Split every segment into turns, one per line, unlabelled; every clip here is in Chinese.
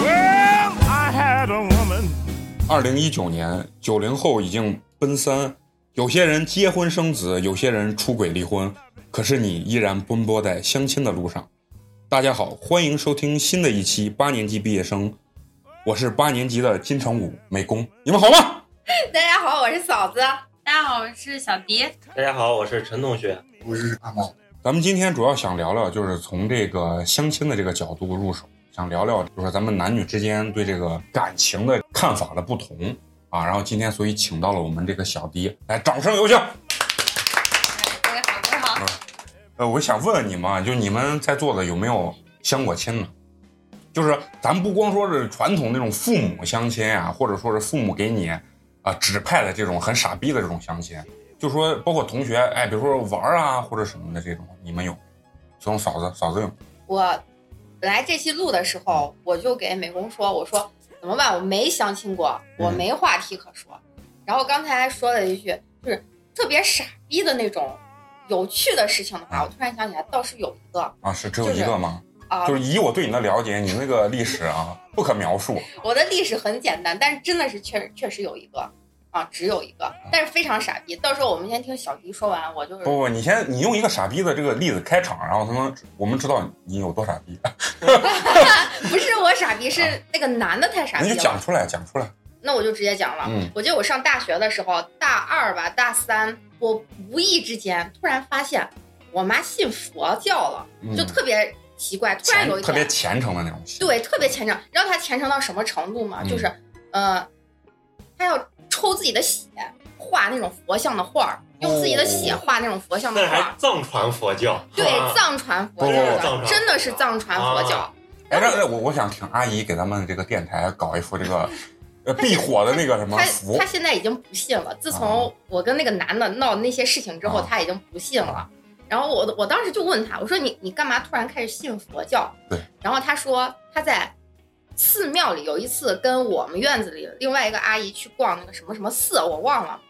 Well, I had a woman.
二零一九年，九零后已经奔三，有些人结婚生子，有些人出轨离婚，可是你依然奔波在相亲的路上。大家好，欢迎收听新的一期八年级毕业生，我是八年级的金城武美工，你们好吗？
大家好，我是嫂子。
大家好，我是小迪。
大家好，我是陈同学。
我是阿茂。
咱们今天主要想聊聊，就是从这个相亲的这个角度入手，想聊聊，就是咱们男女之间对这个感情的看法的不同啊。然后今天所以请到了我们这个小迪，来，掌声有请。
各位好，各位好。
呃，我想问问你们啊，就你们在座的有没有相过亲呢？就是咱不光说是传统那种父母相亲啊，或者说是父母给你啊、指派的这种很傻逼的这种相亲，就说包括同学，哎，比如说玩儿啊或者什么的这种，你们有？从嫂子，嫂子有？
我本来这期录的时候，我就给美工说，我说怎么办？我没相亲过，
嗯
我没话题可说。然后刚才还说了一句，就是特别傻逼的那种有趣的事情的话，
嗯
我突然想起来，倒是有一个
啊，是只有
就是
一个吗？
啊、
就是以我对你的了解，你那个历史啊，不可描述。
我的历史很简单，但是真的是确确实有一个啊，只有一个，
嗯
但是非常傻逼。到时候我们先听小迪说完，我就是
不不，你先你用一个傻逼的这个例子开场，然后他们我们知道你有多傻逼，
不是我傻逼，是那个男的太傻
啊 你
逼
就
了。
讲出来，讲出来。
那我就直接讲了。
嗯
我记得我上大学的时候，大二吧，大三，我无意之间突然发现我妈信佛教了，
嗯
就特别奇怪。突然
虔
有一
特别
天，
虔诚的那种心。
对，特别虔诚。你知道她虔诚到什么程度吗？
嗯
就是，呃，她要抽自己的血画那种佛像的画儿，用自己的血
哦
画那种佛像
那
的画儿。
还藏传佛教？
对
啊，
藏传佛
不
教
不不
藏
的，
传
真的是藏传佛教。
啊
哎，让让我我想请阿姨给咱们这个电台搞一幅这 个呃避火的那个什么哦
他
符
他，现在已经不信了。自从我跟那个男的闹那些事情之后，
啊
他已经不信了。然后我我当时就问他，我说你你干嘛突然开始信佛教？
对。
然后他说他在寺庙里有一次跟我们院子里另外一个阿姨去逛那个什么什么寺，我忘了。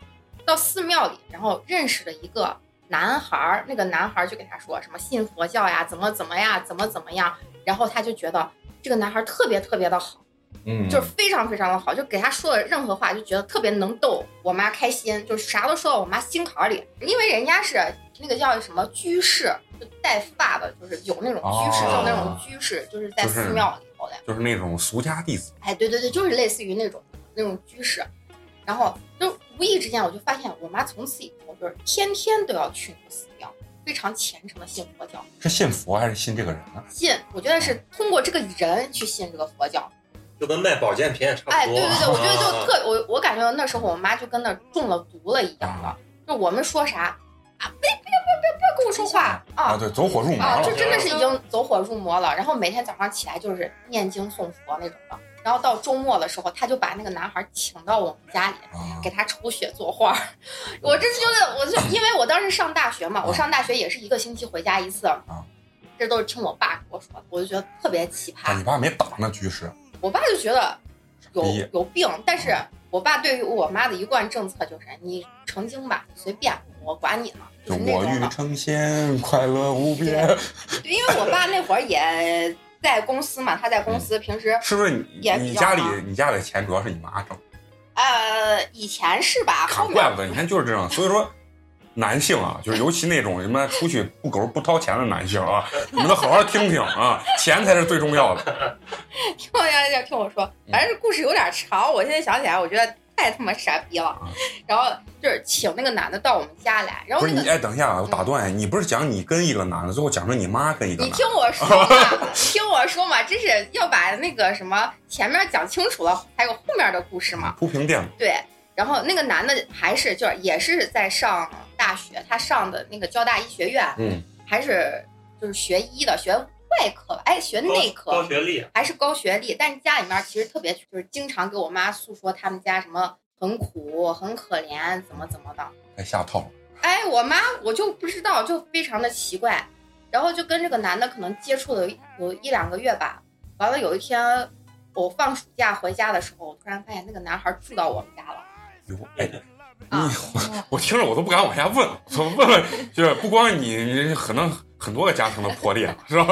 到寺庙里，然后认识了一个男孩儿，那个男孩儿就给他说什么信佛教呀，怎么怎么呀，怎么怎么样。然后他就觉得这个男孩儿特别特别的好。
嗯，
就是非常非常的好，就给他说的任何话，就觉得特别能逗我妈开心，就是啥都说到我妈心坎儿里。因为人家是那个叫什么居士，就带发的，就是有那种居士，
哦
就那种居士，就是在
就是
寺庙里头的。
就是那种俗家弟子，
哎，对对对，就是类似于那种那种居士。然后就无意之间，我就发现我妈从此以后就是天天都要去那个寺庙，非常虔诚的信佛教。
是信佛还是信这个人啊？
信，我觉得是通过这个人去信这个佛教。
就跟卖保健品也差
哎，
不
对
多。
对对，我 觉得
啊
就特我我感觉那时候我妈就跟那中了毒了一样
啊
的，就我们说啥啊，别别别别别跟我说话
啊，
啊
对，走火入魔
啊，
了
就，真的是已经走火入魔了。然后每天早上起来就是念经诵佛那种的，然后到周末的时候，她就把那个男孩请到我们家里，
啊
给他抽血作画儿。 我这就是我就因为我当时上大学嘛，我上大学也是一个星期回家一次，这都是听我爸跟我说的，我就觉得特别奇葩
啊，。你爸没打那居士，
我爸就觉得有
傻逼
有病，但是我爸对于我妈的一贯政策就是，你成精吧，随便，我管你呢，就
就是
那
我
种
欲
的。
成仙，快乐无边，
对，因为我爸那会儿也在公司嘛，他在公司平时
嗯是不是你？
也
你
比较
家里
忙
你家里钱主要是你妈挣，
呃以前是
啊
吧，后面
怪不得你看就是这样，所以说。男性啊，就是尤其那种什么出去不狗不掏钱的男性啊，你们都好好听听啊，钱才是最重要的。
听 我要要哎听我说，
嗯
反正这故事有点长，我现在想起来，我觉得太他妈傻逼了
啊。
然后就是请那个男的到我们家来，然后
不是
那
你，
个
哎，等一下啊，我打断你，你不是讲你跟一个男的，最后讲成你妈跟一个
你
男的，
听 我说嘛，听我说嘛，真是要把那个什么前面讲清楚了，还有后面的故事嘛。
铺平垫
对，然后那个男的还是就是也是在上大学，他上的那个交大医学院，
嗯，
还是就是学医的，学外科吧，哎，学
高
内科，
高学历，
还是高学历，但是家里面其实特别就是经常给我妈诉说他们家什么很苦、很可怜，怎么怎么的。
太下套了。
哎，我妈我就不知道，就非常的奇怪，然后就跟这个男的可能接触了有一两个月吧。完了有一天我放暑假回家的时候，我突然发现那个男孩住到我们家了。
哟，哎，
嗯
啊
我听着我都不敢往下问，我问问就是不光是你，你可能很多个家庭的破裂是 吧？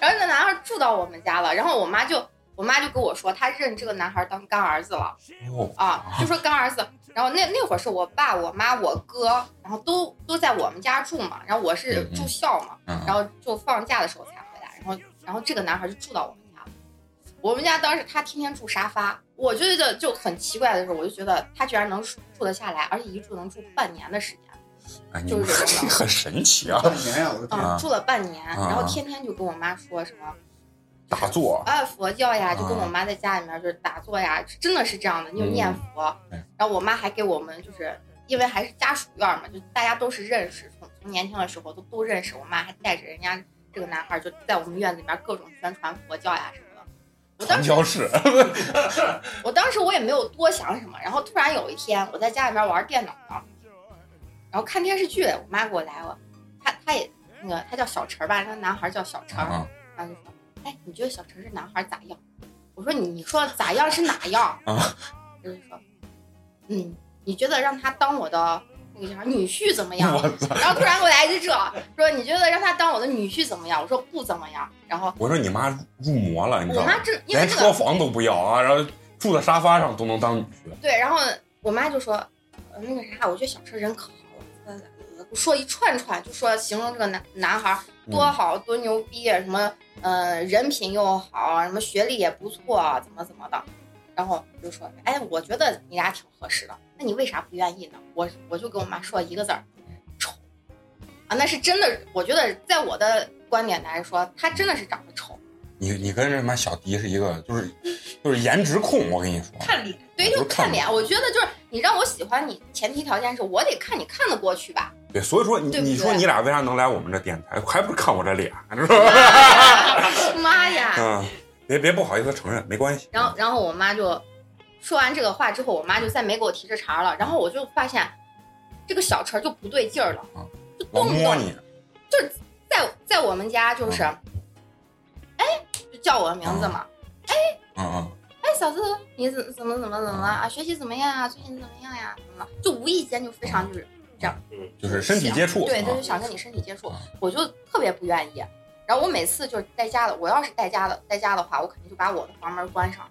然后那男孩住到我们家了，然后我妈就我妈就跟我说，她认这个男孩当干儿子了。
哦，
啊，就说干儿子。然后那那会儿是我爸、我妈、我哥，然后都都在我们家住嘛。然后我是
嗯嗯
住校嘛，
嗯
然后就放假的时候才回来。然后然后这个男孩就住到我们家了。我们家当时他天天住沙发，我觉得就很奇怪的是，我就觉得他居然能住得下来，而且一住能住半年的时间。
哎，你
就
们
是这样
很神奇啊，
半年呀，我的天，
啊
嗯，住了半年，
啊
然后天天就跟我妈说什么
打坐，
啊佛教呀，就跟
啊
我妈在家里面就是打坐呀，真的是这样的，你就
嗯
念佛。
对
然后我妈还给我们就是因为还是家属院嘛，就大家都是认识，从从年轻的时候都都认识。我妈还带着人家这个男孩就在我们院子里面各种宣传佛教呀什么的。我
传
当时
教士，
我当时我也没有多想什么，然后突然有一天我在家里面玩电脑呢，然后看电视剧，我妈给我来了，她她也那个她叫小陈儿吧，那个男孩叫小陈儿。
啊
然后就说：“哎，你觉得小陈是男孩咋样？”我说：“你你说咋样是哪样？”
啊，
他就说：“嗯，你觉得让他当我的那个叫啥女婿怎么样？”
我操！
然后突然给我来一句这，说：“你觉得让他当我的女婿怎么样？”我说：“不怎么样。”然后
我说你妈入魔了，你知
我
道吗
妈？这因为
连
这
车
个
房都不要啊，然后住在沙发上都能当女婿，
对，然后我妈就说：“呃那个啥，我觉得小陈人可好了。呃”说一串串，就说形容这个男男孩多好多牛逼，什么呃人品又好，什么学历也不错，怎么怎么的。然后就说，哎，我觉得你俩挺合适的，那你为啥不愿意呢？我我就跟我妈说一个字儿，丑啊！那是真的，我觉得在我的观点来说，他真的是长得丑。
你你跟这妈小迪是一个，就是就是颜值控，我跟你说，
看脸，
对，
我
就
就看
看脸，我觉得就是你让我喜欢你，前提条件是我得看你看得过去吧。
对，所以说你
对不对
你说你俩为啥能来我们这电台，还不是看我这脸，是吧？
妈呀！
嗯，别别不好意思承认，没关系。
然后，然后我妈就说完这个话之后，我妈就再没给我提这茬儿了。然后我就发现这个小陈儿就不对劲儿了
啊，
就
我
动不
摸
动
你，
在在我们家就是，哎，就叫我的名字嘛，
嗯嗯，
哎，嫂子，你怎怎么怎么怎么了啊？学习怎么样啊？最近怎么样呀、怎么了？就无意间就非常就是
嗯，
就是身体接触，
对，他
啊
就想跟你身体接触
啊，
我就特别不愿意。然后我每次就是在家的，我要是在家的，在家的话，我肯定就把我的房门关上，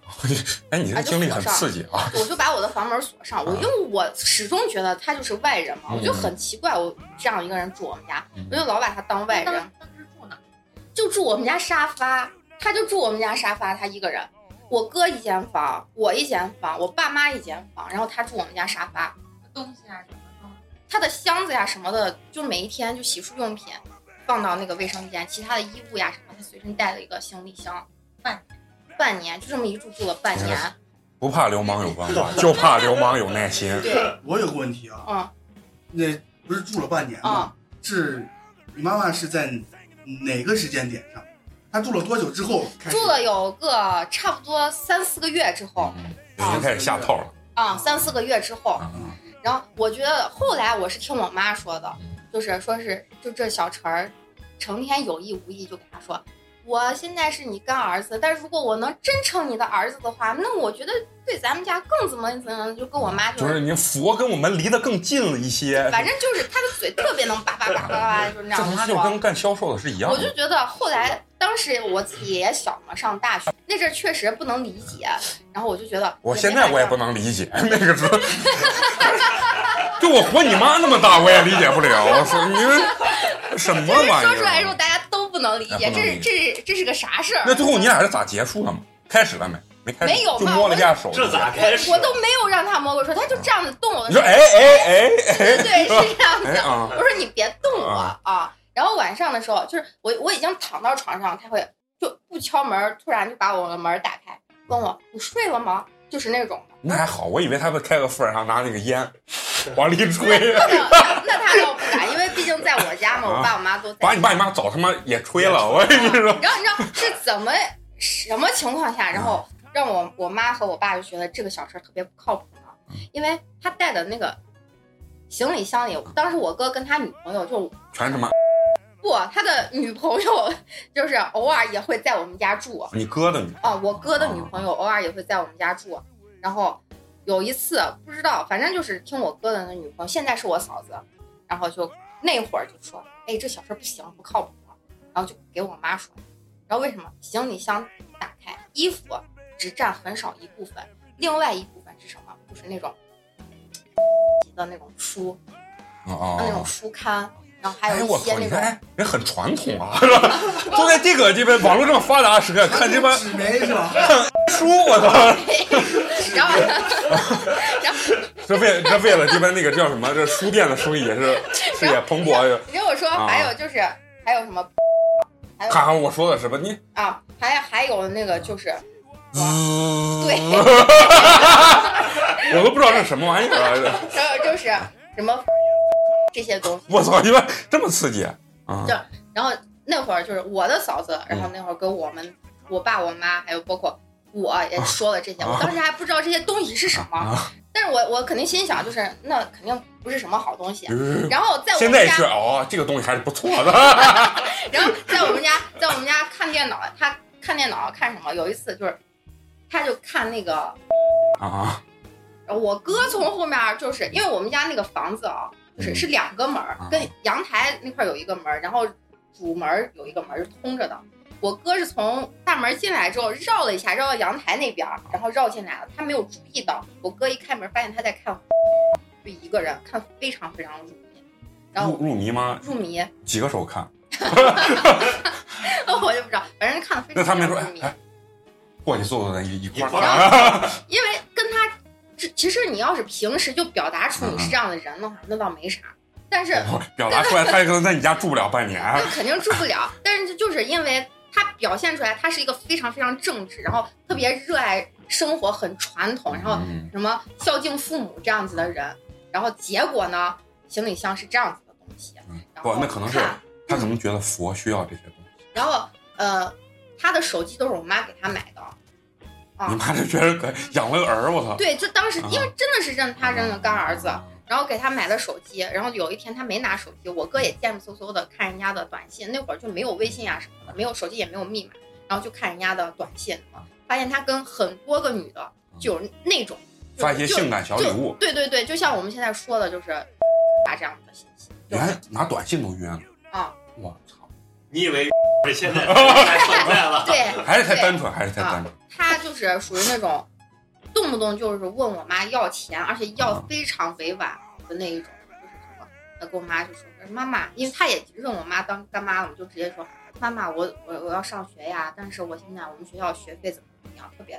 哎，你这
啊就
经历
锁
很
上
刺激啊！
我就把我的房门锁上。我因为我始终觉得他就是外人嘛，
嗯
我就很奇怪，我这样一个人住我们家，
嗯
我就老把他当外人
当，当时住哪？
就住我们家沙发，他就住我们家沙发，他一个人。我哥一间房，我一间房，我爸妈一间房，然后他住我们家沙发。
东西啊什么的。
他的箱子呀什么的，就每一天就洗漱用品放到那个卫生间，其他的衣物呀什么，他随身带了一个行李箱。
半
半年就这么一住住了半年，
哎不怕流氓有文化，就怕流氓有耐心。
对，
我有个问题啊，
嗯
那不是住了半年
嗯
吗？是，你妈妈是在哪个时间点上？她住了多久之后开始？
住了有个差不多三四个月之后，
嗯，已经开始下套了。
啊、三四个月之后，
嗯
啊
然后我觉得后来我是听我妈说的
嗯，
就是说是就这小陈儿，成天有意无意就给他说，我现在是你干儿子，但是如果我能真成你的儿子的话，那我觉得对咱们家更怎么怎么样，就跟我妈就，
就是是你佛跟我们离得更近了一些，
反正就是他的嘴特别能叭叭叭 叭叭，就是那
这他妈
样
就
说。
跟干销售的是一样
我就
的。
觉得后来，当时我自己也小嘛，上大学那阵儿确实不能理解，然后我就觉得
我
没
现在
法
我也
干
不能理解那个时候， 就我活你妈那么大我也理解不了。我说你这什么玩意儿？啊
说出来之后，大家都不能理
哎
解，
不
这
能理
是这是这是个啥事儿？
那最后你俩是咋结束的吗？开始了没？没开始，
没有
就
吧
摸了一下手。
这咋
你
开始？
我都没有让他摸过手，他就这样子动我的
说
手，
哎哎哎哎
对，是这样
哎
子。
啊
我！说你别动我
啊
啊！然后晚上的时候，就是我我已经躺到床上，他会就不敲门，突然就把我的门打开，问我你睡了吗？就是那种的。
那还好， 我以为他会开个副然后拿那个烟往里吹。
那那他倒不敢，因为毕竟生在我家嘛，
啊
我爸我妈都在。
把你爸你妈早他妈也吹了，我跟你说，
嗯然后你知道是怎么什么情况下，然后让我我妈和我爸就觉得这个小车特别不靠谱呢？因为他带的那个行李箱里，当时我哥跟他女朋友就
全他妈
不，他的女朋友 就是偶尔也会在我们家住
你哥的女儿
啊，我哥的
哦
女朋友偶尔也会在我们家住，然后有一次不知道，反正就是听我哥的那女朋友，现在是我嫂子，然后就那会儿就说，哎，这小事不行，不靠谱，然后就给我妈说，然后为什么行李箱打开，衣服只占很少一部分，另外一部分是什么？就是那种的那种书，
啊啊
那
啊
种！书刊，然后还
哎
有
我
一些
操，你
那种。
看人很传统啊，是吧？ 就在这个这边网络这么发达的时 刻， 看这帮
纸媒 是吧？
书，我操，
然后，
这为这为了这边那个叫什么，这书店的生意也 是事业蓬勃。
你听我说，
啊
还有就是、还有什么，还有
看看我说的什么，你
啊，还还有那个就是，
嗯
对，
对， 我都不知道这是什么玩意儿啊。
还有就是什么这些东西，
我操，你们这么刺激啊！
就然后那会儿就是我的嫂子，
嗯
然后那会儿跟我们我爸我妈还有包括我也说了这些，
啊
我当时还不知道这些东西是什么，
啊，
但是我我肯定心想就是那肯定不是什么好东西。
呃
然后在我
现
们
在
家，
也是哦，这个东西还是不错的。
然后在我们家，在我们家看电脑，他看电脑看什么？有一次就是，他就看那个
啊，
我哥从后面儿就是因为我们家那个房子啊，就是
嗯
是两个门儿
啊，
跟阳台那块儿有一个门儿，然后主门儿有一个门儿是通着的。我哥是从大门进来之后绕了一下，绕到阳台那边儿，然后绕进来了。他没有注意到，我哥一开门发现他在看，就一个人看非常非常入迷，然后
入入迷吗？
入迷，
几个手看？
我就不知道，反正看的非
那他
常非
们说，
常入
哎
迷。
哎，过去坐坐，咱一一块
一块
儿
儿
啊。
因为跟他，这其实你要是平时就表达
嗯
出你是这样的人的话，那倒没啥。但是
表达出来，他也可能在你家住不了半年。
那肯定住不了。但是就是因为他表现出来，他是一个非常非常正直，然后特别热爱生活，很传统， 然后
嗯
什么孝敬父母这样子的人。然后结果呢，行李箱是这样子的东西。然后
嗯不那可能是
看
他可能觉得佛需要这些东西，
然后呃，他的手机都是我妈给他买的。啊
你妈就觉得可养了个儿，我操！嗯
对，就当时
啊
因为真的是认他认了干儿子。然后给他买了手机，然后有一天他没拿手机，我哥也贱嗖嗖的看人家的短信，那会儿就没有微信啊什么的，没有手机也没有密码，然后就看人家的短信，发现他跟很多个女的就有那种
发一些
嗯
性感小礼
就
物，
对对对，就像我们现在说的，就是发这样的信息，就
原来拿短信都约呢。
啊，
我操，
你以 为现在还存在了？
对，
还是太
对
单纯，还是太
啊
单纯。
他就是属于那种动不动就是问我妈要钱，而且要
嗯
非常委婉的那一种，就是什么，他跟我妈就说妈妈，因为他也认我妈当干妈了，我就直接说妈妈，我我我要上学呀，但是我现在我们学校学费怎么怎么样，特别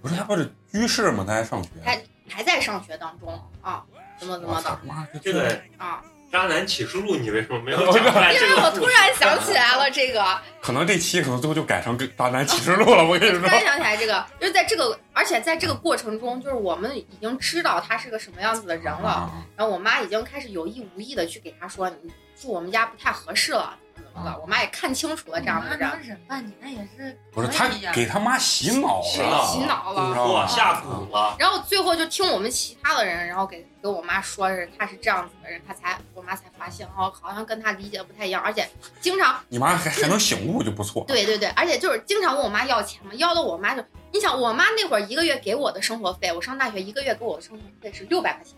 不是他不是居士吗？他还上学。
还还在上学当中啊，怎么怎
我
么
操
的，
妈这
这个
啊，
渣男启示录，你为什么没有讲出来
因
哎这
为
个
啊我
故事？
突然想起来了 这个。
可能这期可能最后就改成《大南启示录》了。我跟你
突
说，
然想起来这个，就是在这个，而且在这个过程中，就是我们已经知道他是个什么样子的人了，
啊
然后我妈已经开始有意无意的去给他说，你住我们家不太合适了，怎么怎么
啊
的。我妈也看清楚了这样的
妈
人，
能忍半年也是
不是他
可以呀
给他妈洗脑
是
了，
啊
哎洗脑
嗯
了。
哇，下 蛊 了！
然后最后就听我们其他的人，然后给给我妈说是他是这样子的人，她才我妈才发现哦，好像跟她理解不太一样，而且经常
你妈还还能醒悟就不错。
对对对，而且就是经常问我妈要钱嘛，要的我妈就你想我妈那会儿一个月给我的生活费，我上大学一个月给我的生活费是六百块钱，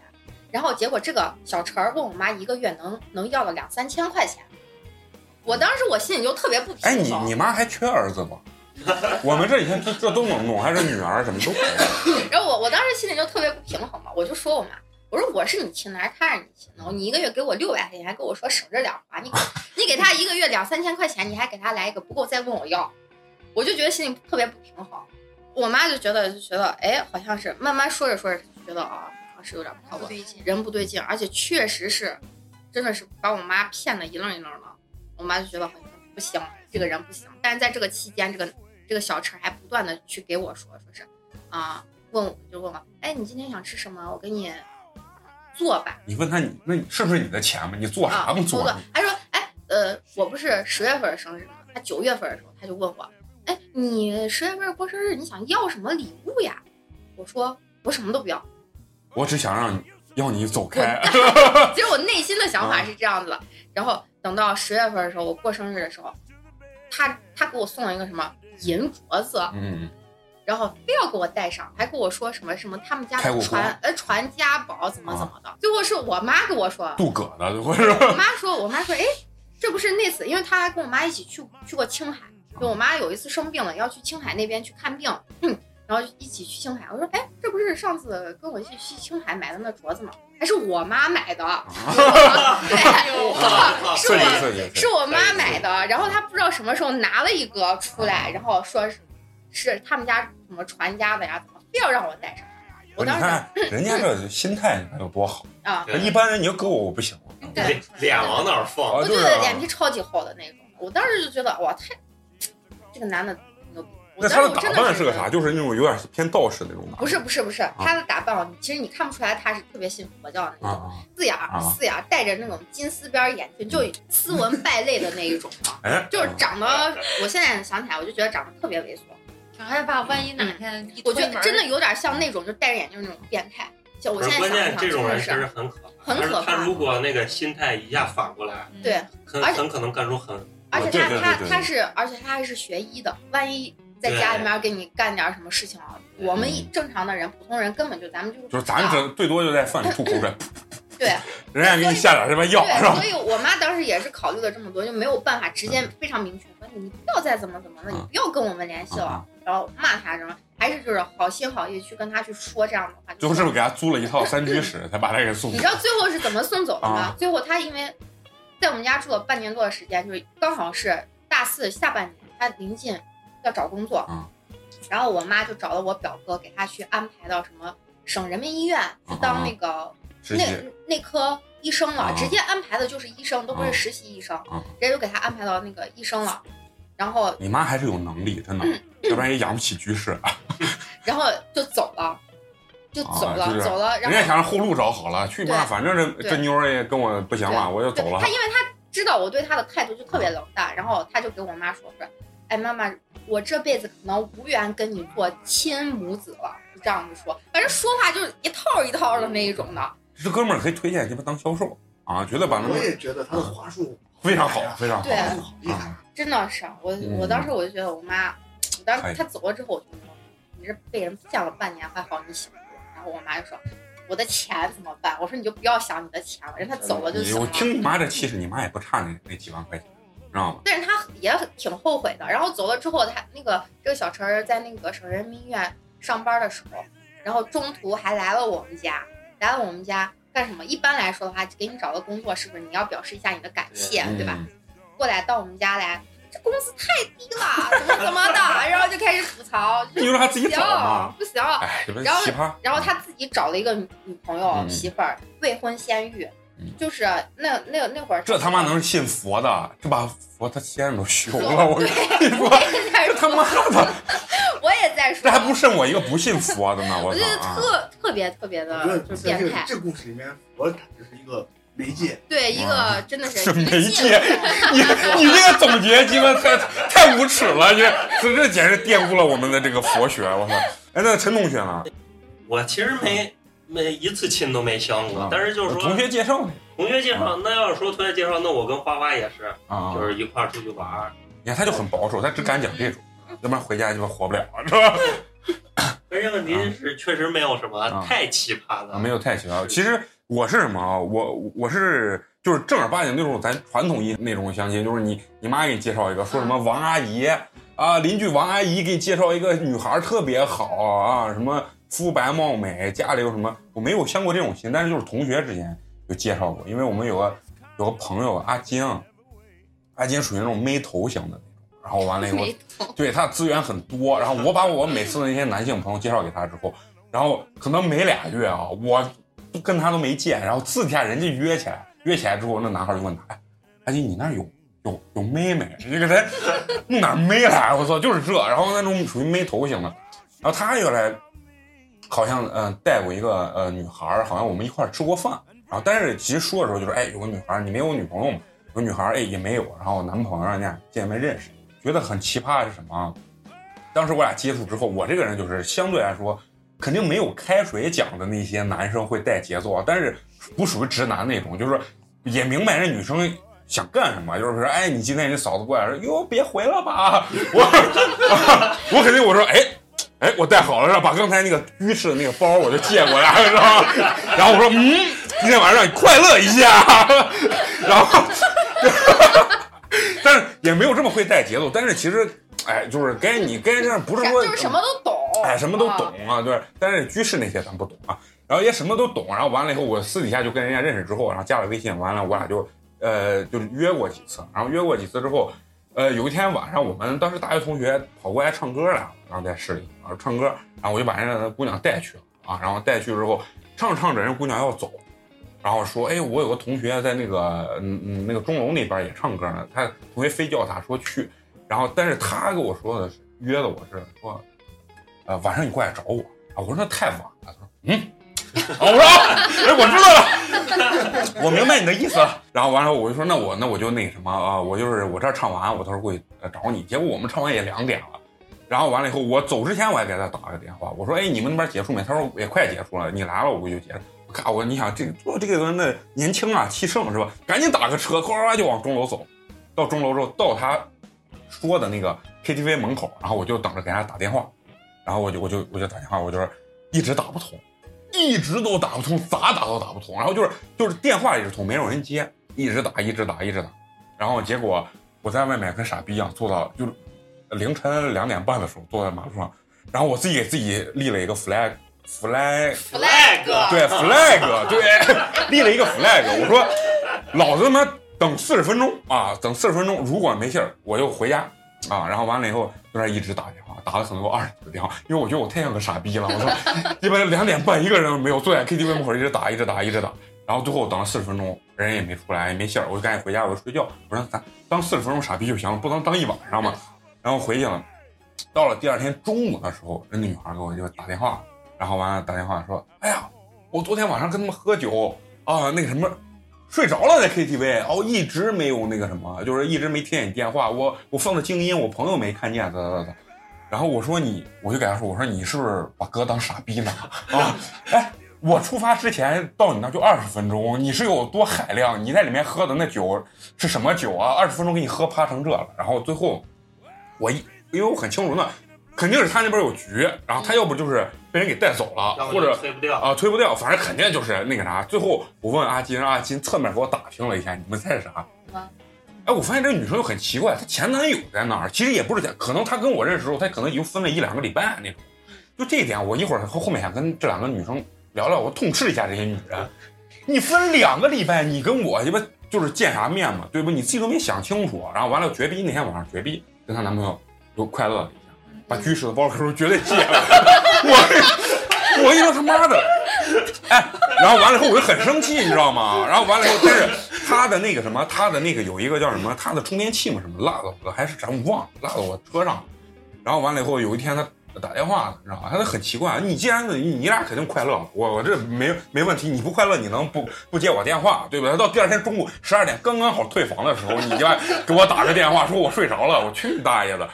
然后结果这个小陈儿问我妈一个月能能要了两三千块钱，我当时我心里就特别不
哎，
平
你
衡，
你妈还缺儿子 吗？我们这以前这这都能弄，还是女儿什么都可以。
然后我我当时心里就特别不平衡嘛，我就说我妈。我说我是你亲的还是他是你亲的？你一个月给我六百块钱，还跟我说省着点花，你给你给他一个月两三千块钱，你还给他来一个不够再问我要，我就觉得心里特别不平衡。我妈就觉得就觉得哎，好像是慢慢说着说着就觉得啊，好像是有点不太
不
稳，
对劲，
人不对劲，而且确实是，真的是把我妈骗的一愣一愣的。我妈就觉得好像不行，这个人不行。但是在这个期间，这个这个小陈还不断的去给我说，说是啊、问我就问我，哎，你今天想吃什么？我给你做吧，
你问他你那你是不是你的钱吗？你做啥
啊，
不做？
做做。他说，哎，呃，我不是十月份生日吗？他九月份的时候他就问我，哎，你十月份过生日，你想要什么礼物呀？我说我什么都不要。
我只想让你要你走开。
其实我内心的想法是这样子的。然后等到十月份的时候，我过生日的时候，他他给我送了一个什么银镯子，
嗯，
然后非要给我戴上，还跟我说什么什么他们家
开过
的
光
传呃传家宝怎么
啊
怎么的。最后是我妈跟我说，
杜葛的，我说
我妈说，我妈说，哎，这不是那次，因为她跟我妈一起去去过青海，就我妈有一次生病了，要去青海那边去看病，哼然后一起去青海。我说，哎，这不是上次跟我一起去青海买的那镯子吗？还是我妈买的，
啊
对，是
刺激
我
刺激，
是我妈买的。然后她不知道什么时候拿了一个出来，然后说是是他们家什么传家的呀，怎么非要让我戴上？我
你
当时
看人家这心态你看有多好，
啊，
一般人你要搁我我不行。
脸脸往哪儿放？
啊，
我
就
就是是
啊
脸皮超级厚的那种。我当时就觉得哇，太这个男的牛逼。我
那他的
当时
打
真的
扮
是
是个啥？？啊就是那种有点偏道士那种打扮。
不是不是不是，他的打扮哦，其实你看不出来他是特别信佛教的
啊
那种，
啊！
四眼
啊，
儿四眼儿，戴着那种金丝边儿眼镜，就斯文败类的那一种啊
哎，
就是长得，我现在想起来我就觉得长得特别猥琐，
挺害怕，万一哪天一
我
推
觉得
门
真的有点像那种就戴着眼镜那种变态。就我
不
现
是
在
关
想一想，真
键，这种
的
人其实
是
很可怕。
很
但
可
是他
怕。
如果那个心态一下反过来，
对，
很
而且
很可能干出很
而且
啊对对
他他
对对
他是，而且他还是学医的，万一在家里面给你干点什么事情啊，
对
我们一正常的人、普通人根本就咱们就是
嗯就是咱
知道
这最多就在饭里吐口水，
啊对
人家给你下点什么药是
对，
吧？
所以我妈当时也是考虑了这么多，就没有办法直接非常明确说你不要再怎么怎么了，你
嗯
不要跟我们联系了，然后骂他什么，还是就是好心好意去跟他去说这样的话，
最后是不是给他租了一套三居室，才把他给送
你知道最后是怎么送走的吗？
啊
最后他因为在我们家住了半年多的时间，就是刚好是大四下半年，他临近要找工作，
啊
然后我妈就找了我表哥，给他去安排到什么省人民医院去当那个、
啊直
内
接
内科医生了，
啊
直接安排的就是医生，都不
啊
是实习医生，
啊！
直接就给他安排到那个医生了。然后，
你妈还是有能力， 真的，要不然也养不起居室。啊
然后就走了，就走了，
啊就是
走了。
人
然后
家想着后路找好了，去吧，
对
反正这
对
这妞儿也跟我不行了，我就
对
走了
他。因为他知道我对他的态度就特别冷淡，然后他就给我妈说说，哎，妈妈，我这辈子可能无缘跟你做亲母子了，就这样子说，反正说话就是一套一套的那一种的。
这哥们儿可以推荐鸡巴当销售啊，绝对把
我
那
也觉得他的话术
非常好，非常好
对
话术好厉害。
啊！
真的是我，
嗯
我当时我就觉得我妈，我当
哎
时她走了之后，我就说你这被人骗了半年，还好你醒了。然后我妈就说我的钱怎么办？我说你就不要想你的钱了，人她走了就
你
行
我
了。
听你妈这气势，你妈也不差那那几万块钱，知道吗？
但是她也挺后悔的。然后走了之后，她那个这个小陈儿在那个省人民医院上班的时候，然后中途还来了我们家，来了我们家干什么？一般来说的话，给你找个工作，是不是你要表示一下你的感谢，对吧？
嗯？
过来到我们家来，这工资太低了，怎么怎么的， 然后就开始吐槽，
你就让他自己
不
找
行
嘛。
不行。
哎，这不是
然后
奇葩。
然后他自己找了一个女女朋友、
嗯
媳妇儿，未婚先孕，
嗯
就是那那那会儿
这他妈能信佛的，这把佛他仙人都 修了，我跟你 说，
在
这他妈的，
我也在
这
说，
还不剩我一个不信佛的呢，我
我觉
操
得
啊！
特、特别特别
我觉得
的就是
在这
变
个
态，
这故事里面，佛他只是一个媒介，
对一
哇
啊
个真的是
这
一个
媒介
借口
你你这个总结鸡巴太太无耻了，你这这简直玷污了我们的这个佛学，我操！哎，那陈同学呢？
我其实没没一次亲都没相过
啊，
但是就是
同
说
学介绍的
同学介绍，那要是说同学介绍，那我跟花花也是，
啊
就是一块儿出去玩儿。
你看他就很保守，他只敢讲这种，要不然回家鸡巴活不了，是吧？
关键问题是确实没有什么
啊
太奇葩的，
没有太奇葩。
是
其实我是什么啊？我我是就是正儿八经那种咱传统意那种相亲，就是你你妈给你介绍一个，说什么王阿姨啊，邻居王阿姨给你介绍一个女孩儿特别好啊，什么肤白貌美，家里有什么，我没有相过这种亲，但是就是同学之间有介绍过，因为我们有个有个朋友阿金，啊阿金属于那种妹头型的那种，然后完了以后
没
对他资源很多，然后我把我每次的那些男性朋友介绍给他之后，然后可能没俩月啊，我跟他都没见，然后私底下人家约起来，约起来之后，那男孩就问他，哎，阿金你那儿有有有妹妹？这个人弄哪儿妹来？我操，就是这，然后那种属于妹头型的，然后他原来好像嗯、呃带过一个呃女孩儿，好像我们一块儿吃过饭。然后但是其实说的时候就是哎有个女孩儿，你没有女朋友吗？有个女孩儿哎也没有，然后男朋友让人家见面认识，觉得很奇葩是什么啊？当时我俩接触之后，我这个人就是相对来说肯定没有开水讲的那些男生会带节奏啊，但是不属于直男那种，就是也明白人女生想干什么，就是说，哎，你今天你嫂子过来说，哟，别回了吧，我我肯定我说，哎。哎，我带好了，然后把刚才那个居士的那个包我就借过来，然后， 然后我说，嗯，今天晚上让你快乐一下， 然后， 但是也没有这么会带节奏，但是其实，哎，就是该你该这样，不是说
就是什么都懂，
哎，什么都
啊。
懂啊，对。但是居士那些咱不懂啊，然后也什么都懂。然后完了以后，我私底下就跟人家认识之后，然后加了微信，完了我俩就呃就是约过几次，然后约过几次之后，呃有一天晚上我们当时大学同学跑过来唱歌来了，然后在市里啊唱歌，然后我就把人家的姑娘带去了啊，然后带去之后唱着唱着人姑娘要走。然后说，哎，我有个同学在那个嗯嗯那个钟楼那边也唱歌呢，他同学非叫他说去，然后但是他跟我说的是约的我是说呃，晚上你过来找我啊。我说那太晚了。他说嗯， 啊我说啊哎，我知道了，我 明白你的意思了。然后完了，我就说那我那我就那什么啊，我就是我这儿唱完，我到时候过去呃找你。结果我们唱完也两点了。然后完了以后，我走之前我还给他打了个电话，我说：“哎，你们那边结束没？”他说：“也快结束了，你来了我估计就结束。”我看我，你想这个做这个人的年轻啊，气盛是吧？赶紧打个车，哗哗哗就往钟楼走。到钟楼之后，到他说的那个 KTV 门口，然后我就等着给他打电话，然后我就我就我就打电话，我就是一直打不通，一直都打不通，咋打都打不通，然后就是就是电话也是通，没有人接，一直打一直打一直打，然后结果我在外面跟傻逼一样坐到就是凌晨两点半的时候坐在马路上，然后我自己给自己立了一个 flag flag
flag
对 flag，对，立了一个 flag。我说，老子他妈等四十分钟啊，等四十分钟，如果没信儿，我就回家啊。然后完了以后，就那一直打电话，打了可能有二十几个电话，因为我觉得我太像个傻逼了。我说，一般两点半一个人都没有，坐在 KTV 门口一直打，一直打，一直打。然后最后等了四十分钟，人也没出来，也没信儿，我就赶紧回家，我就睡觉。我说咱当四十分钟傻逼就行了，不能当一晚上嘛。然后回去了，到了第二天中午的时候，那女孩给我就打电话，然后完了打电话说：“哎呀，我昨天晚上跟他们喝酒啊，那个什么，睡着了在 KTV，哦，一直没有那个什么，就是一直没听见你电话，我我放的静音，我朋友没看见，咋咋咋。然后我说你，我就给他说，我说你是不是把哥当傻逼呢？啊，哎，我出发之前到你那就二十分钟，你是有多海量？你在里面喝的那酒是什么酒啊？二十分钟给你喝趴成这了。然后最后我一，因为我很清楚那肯定是他那边有局，然后他要不就是被人给带走了，
要
或者
不推不掉。
啊，推不掉，反正肯定就是那个啥。最后我问阿金，让阿金侧面给我打听了一下，你们猜是啥
么？
哎，我发现这女生又很奇怪，她前男友在哪儿？其实也不是在，可能她跟我认识的时候，她可能已经分了一两个礼拜那种。就这一点，我一会儿后后面想跟这两个女生聊聊，我痛斥一下这些女人。你分两个礼拜，你跟我鸡巴就是见啥面嘛，对不？你自己都没想清楚，啊然后完了绝逼那天晚上绝逼跟她男朋友又快乐了一下，把居室的包可是绝对戒了。 我我一说他妈的，哎，然后完了以后我就很生气，你知道吗？然后完了以后，但是他的那个什么，他的那个有一个叫什么，他的充电器嘛什么落到我还是咱忘了落到我车上了。然后完了以后，有一天他打电话了，你知道吗？他就很奇怪，你既然你你俩肯定快乐了，我我这没没问题，你不快乐你能不不接我电话对吧？他到第二天中午十二点刚刚好退房的时候，你就给我打个电话说我睡着了，我去你大爷的！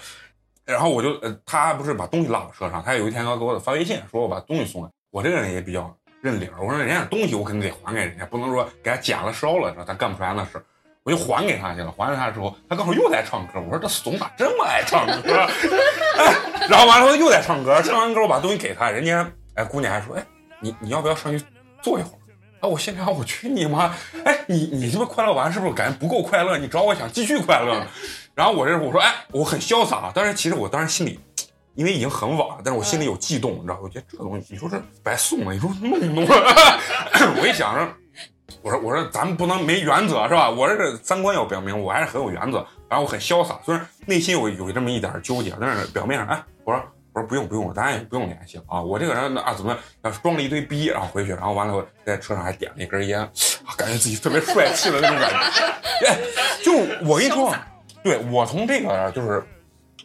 然后我就呃，他不是把东西落我车上，他有一天要给我发微信说我把东西送来，我这个人也比较认理儿，我说人家东西我肯定得还给人家，不能说给他捡了烧了，咱干不出来那事儿。我就还给他去了，还给他之后，他刚好又来唱歌，我说这怂咋这么爱唱歌？哎，然后完了他又在唱歌，唱完歌我把东西给他，人家哎姑娘还说哎你你要不要上去坐一会儿？啊，我心想我去你妈！哎，你你这么快乐完是不是感觉不够快乐？你找我想继续快乐呢？然后我这我说哎我很潇洒，但是其实我当时心里。因为已经很晚了，但是我心里有悸动，你知道，我觉得这东西，你说这白送啊了，你说弄不弄？啊我一想着，我说我说咱们不能没原则是吧？我这三观要表明我还是很有原则，然后我很潇洒，虽然内心有有这么一点纠结，但是表面上哎，我说我说不用不用，咱也不用联系了啊。我这个人啊怎么啊装了一堆逼，然后回去，然后完了我在车上还点了一根烟，啊感觉自己特别帅气的那种感觉。 哎，就我跟你说，对我从这个就是啊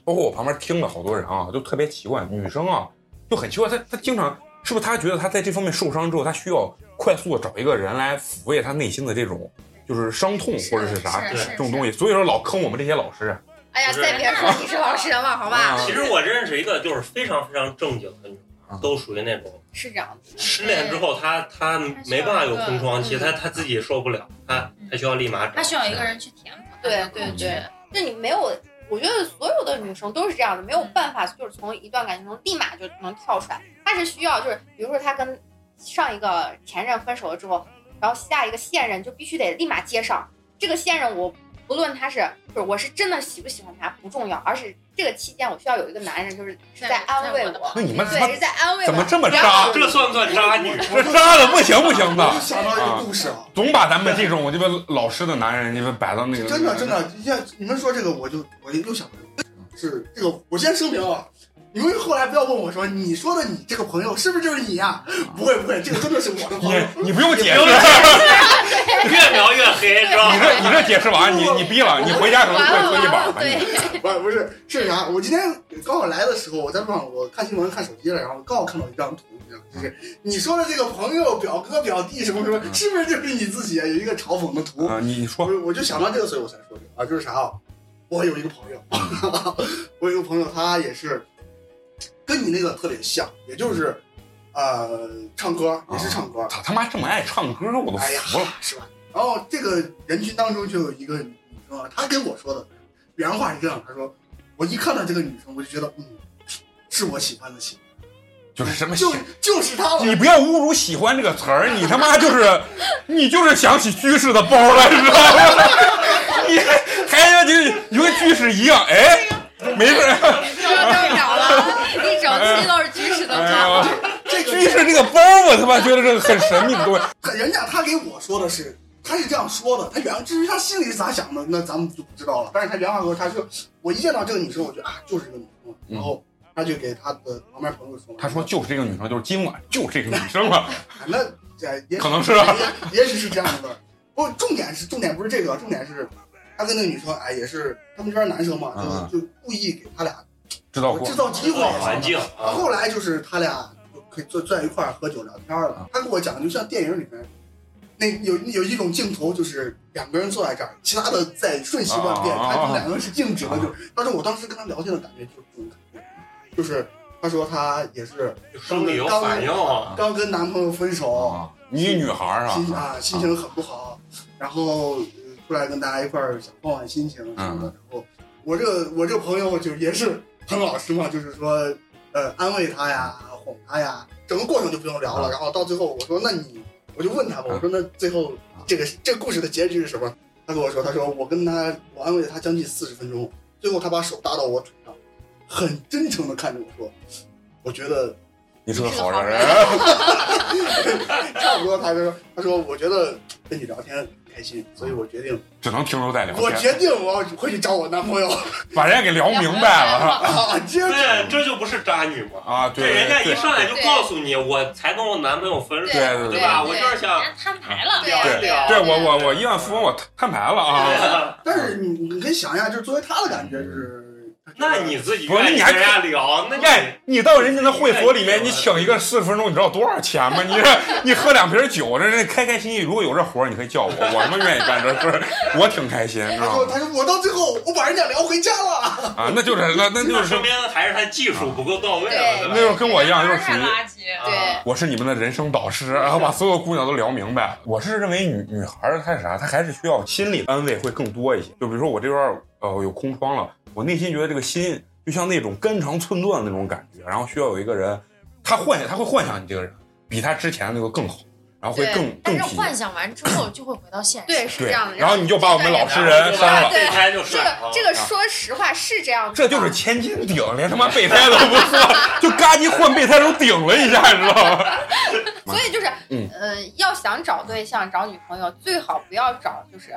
包括我旁边听的好多人啊，就特别奇怪，女生啊就很奇怪，她她经常是不是他觉得他在这方面受伤之后，他需要快速的找一个人来抚慰他内心的这种就是伤痛
是
或者是啥
是是
这种东西？所以说老坑我们这些老师，
哎呀，
不是
再别说你是老师了，好吧？
啊
其实我认识一个就是非常非常正经的女
啊
孩，都属于那种
是这样子的。
失恋之后她她没办法有空窗期，
嗯
她她自己受不了，她她需要立马找
他。需要一个人去填补。
对对对，就你没有，我觉得所有的女生都是这样的，没有办法就是从一段感情中立马就能跳出来，她是需要就是，比如说她跟上一个前任分手了之后，然后下一个现任就必须得立马接上。这个现任我不论他是就是我是真的喜不喜欢他不重要，而是这个期间我需要有一个男人就是是在安慰
在
我，
那你们他妈
对， 是在安慰我。
怎么啊这么
然
渣
后？
这算不算渣女？
这渣的不行不行
我就
的，
想到一个故事啊，
总把咱们这种这个老师的男人，你们摆到那个
真的真的，像你们说这个，我就我又想到一个是这个，我先声明啊。你们后来不要问我说，你说的你这个朋友是不是就是你呀、不会不会，这个真的是我的朋友。
你你不用解释，
不用
你
越描越黑，知道吗？
这你这解释完，你你逼了，你回家可能
完
快
了
搓衣
完
板
了，
了。你
对，
不不是是啥？我今天刚好来的时候，我在路上我看新闻看手机了，然后刚好看到一张图，你知道吗就是你说的这个朋友、表哥、表弟什么什么，是不是就是你自己啊？有一个嘲讽的图，
啊，你说
我我就想到这个，所以我才说这个啊，就是啥啊？我有一个朋友， 我有一个朋友，他也是跟你那个特别像，也就是呃唱歌也是唱歌，
啊他他妈这么爱唱歌，我都
哎呀
服了。，
是吧？然后这个人群当中就有一个女生啊，她跟我说的原话是这样，她说我一看到这个女生，我就觉得嗯，是我喜欢的型，
就是什么喜
就就是她
你
了。
不要侮辱“喜欢”这个词儿，你他妈就是，你就是想起居士的包了，你知道吗？ 你还就是你跟居士一样，哎，没事儿，
受不了 了，一整期都是军事的
哎
话。
呀，
这个
居士这个包，我他妈觉得这个很神秘的东西。
人家她给我说的是，她是这样说的，她原至于她心里是咋想的，那咱们就不知道了。但是她原话说，她说我一见到这个女生，我就啊，就是这个女生了。然后她就给她的旁边朋友说，
他说就是这个女生，就是今晚就是这个女生了，
啊那这也许
可能是啊
也也许是这样的味儿。不，重点是重点不是这个，重点是他跟那个女生，哎，也是他们这边男生嘛，就就故意给他俩
知道过
制。造机会。
环境啊，
后来就是他俩就可以坐坐在一块儿喝酒聊天
啊
了。他跟我讲，就像电影里面。那有有一种镜头，就是两个人坐在这儿，其他的在瞬息万变，
啊
他们两个人是静止的。
啊
就是，但是我当时跟他聊天的感觉就是这种感觉，就是他说他也是
生理有反应啊。
刚跟男朋友分手，
啊，你女孩儿
心
啊，
啊心情很不好，然后呃出来跟大家一块儿想换换心情什
嗯
么的。然后我这个我这个朋友就也是很老实嘛，就是说呃安慰他呀，哄他呀，整个过程就不用聊
啊
了。然后到最后我说那你我就问他吧，
嗯
我说那最后这
啊
个这个故事的结局是什么？他跟我说，他说我跟他我安慰了他将近四十分钟，最后他把手搭到我腿上，很真诚的看着我说，我觉得
你是个好人。
差不多，他就说，他说我觉得跟你聊天开心，所以我决定，
只能停留在聊
我
天，
决定我要回去找我男朋友
把人家给聊明白了
啊！这
对，这就不是渣女嘛。
啊！
这
对，
人家一
对
上来就告诉你，我才跟我男朋友分手，
对对
对吧？
对
我
对
就是想，
人家摊牌了，
哎
聊一 聊
对我我我亿万富翁，我摊摊牌了啊！
但是你你可以想一下，就是作为他的感觉就是，
那你自己
不是
愿意
你还
跟人家聊，那
哎
你，
你到人家那会所里面，你请一个四十分钟，你知道多少钱吗？你这你喝两瓶酒，这这开开心心。如果有这活儿，你可以叫我，我他妈愿意干这事儿，我挺开心，知
他
道
说
吗？
他说我到最后我把人家聊回家了，
啊，那就是那那就
那
是啊
说明还是他技术不够到位了，对吧
那时候跟我一样，就是属于
垃圾。
啊
我是你们的人生导师，然后把所有姑娘都聊明白。我是认为女女孩儿她是啥，她还是需要心理安慰会更多一些。就比如说我这段儿呃有空窗了，我内心觉得这个心就像那种肝肠寸断的那种感觉，然后需要有一个人，他幻想他会幻想你这个人比他之前那个更好，然后会
对
更更
但是
体
幻想完之后就会回到现实。
对，是这
对
样的。。
然后你就把我们老实人
然
删
后
了，
备胎就啊
这
甩
个
了。
这个说实话是这样子
啊这
的，
就是千斤顶，连他妈备胎都不算，就嘎叽换备胎都顶了一下，你知道吗？
所以就是，
嗯
呃，要想找对象、找女朋友，最好不要找就是，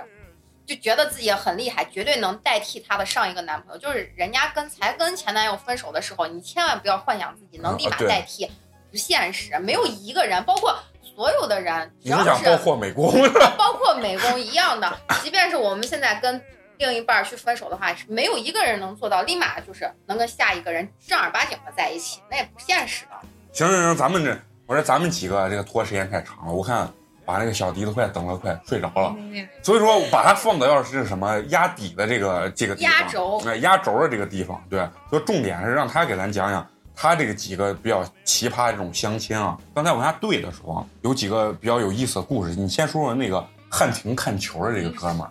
就觉得自己很厉害，绝对能代替她的上一个男朋友。就是人家跟才跟前男友分手的时候，你千万不要幻想自己能立马
啊对
代替，不现实。没有一个人，包括所有的人，只
你
要
是想
是
包括美工是吧？
包括美工一样的，即便是我们现在跟另一半儿去分手的话，是没有一个人能做到立马就是能跟下一个人正儿八经的在一起，那也不现实的。
行行行，咱们这我说咱们几个这个拖时间太长了，我看把那个小迪都快等了快睡着了，
嗯那
所以说把它放到要是什么压底的这个这个地方，
压轴
哎压轴的这个地方，对，所以重点是让他给咱讲讲他这个几个比较奇葩的这种相亲啊。刚才往下对的时候啊，有几个比较有意思的故事，你先说说那个汉庭看球的这个哥们儿，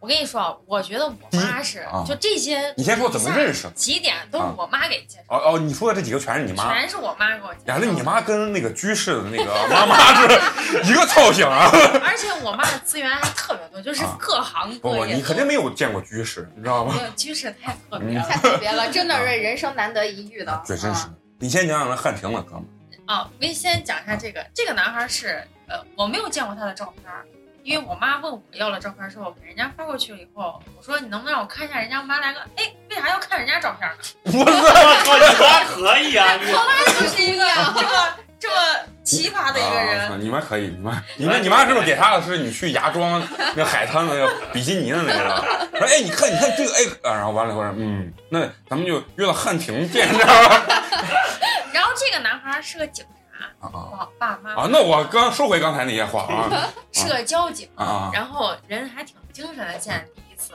我跟你说啊，我觉得我妈是
啊
就这些
你先说怎么认识？啊
起点都是我妈给介
嗯
绍，
哦哦，你说的这几个全是你妈。
全是我妈给我介
呀
绍。，
那你妈跟那个居士的那个妈妈是 一个造型啊！
而且我妈的资源还特别多，就是
啊
各行
不
各
不，
业。
你肯定没嗯有见过居士，你知道 吗？
没有居士太特别
太
了
特别了，真的是人生难得一遇的，
对，真是
嗯。。
你先讲讲那汉庭的哥们儿，
啊！我们先讲一下这个，这个男孩是呃，我没有见过他的照片儿，因为我妈问我要了照片儿之后，给人家发过去了以后，我说你能不能让我看一下人家？我妈来个，哎，为啥要看人家照片儿呢？
我操！
我操，你妈可以啊！你
我妈就是一个这么这么奇葩的一个人
啊，。你妈可以，你 妈，你妈，你妈是不是给他的是你去芽庄那海滩的那个比基尼的那个？说哎，你看，你看这个，哎，啊然后完了以后说，嗯，那咱们就约到汉庭见， 啊你知道吗？
然后这个男孩是个警察，
啊啊
我爸妈
啊！那我刚收回刚才那些话啊
是个交警，
啊啊！
然后人还挺精神的，见第一次。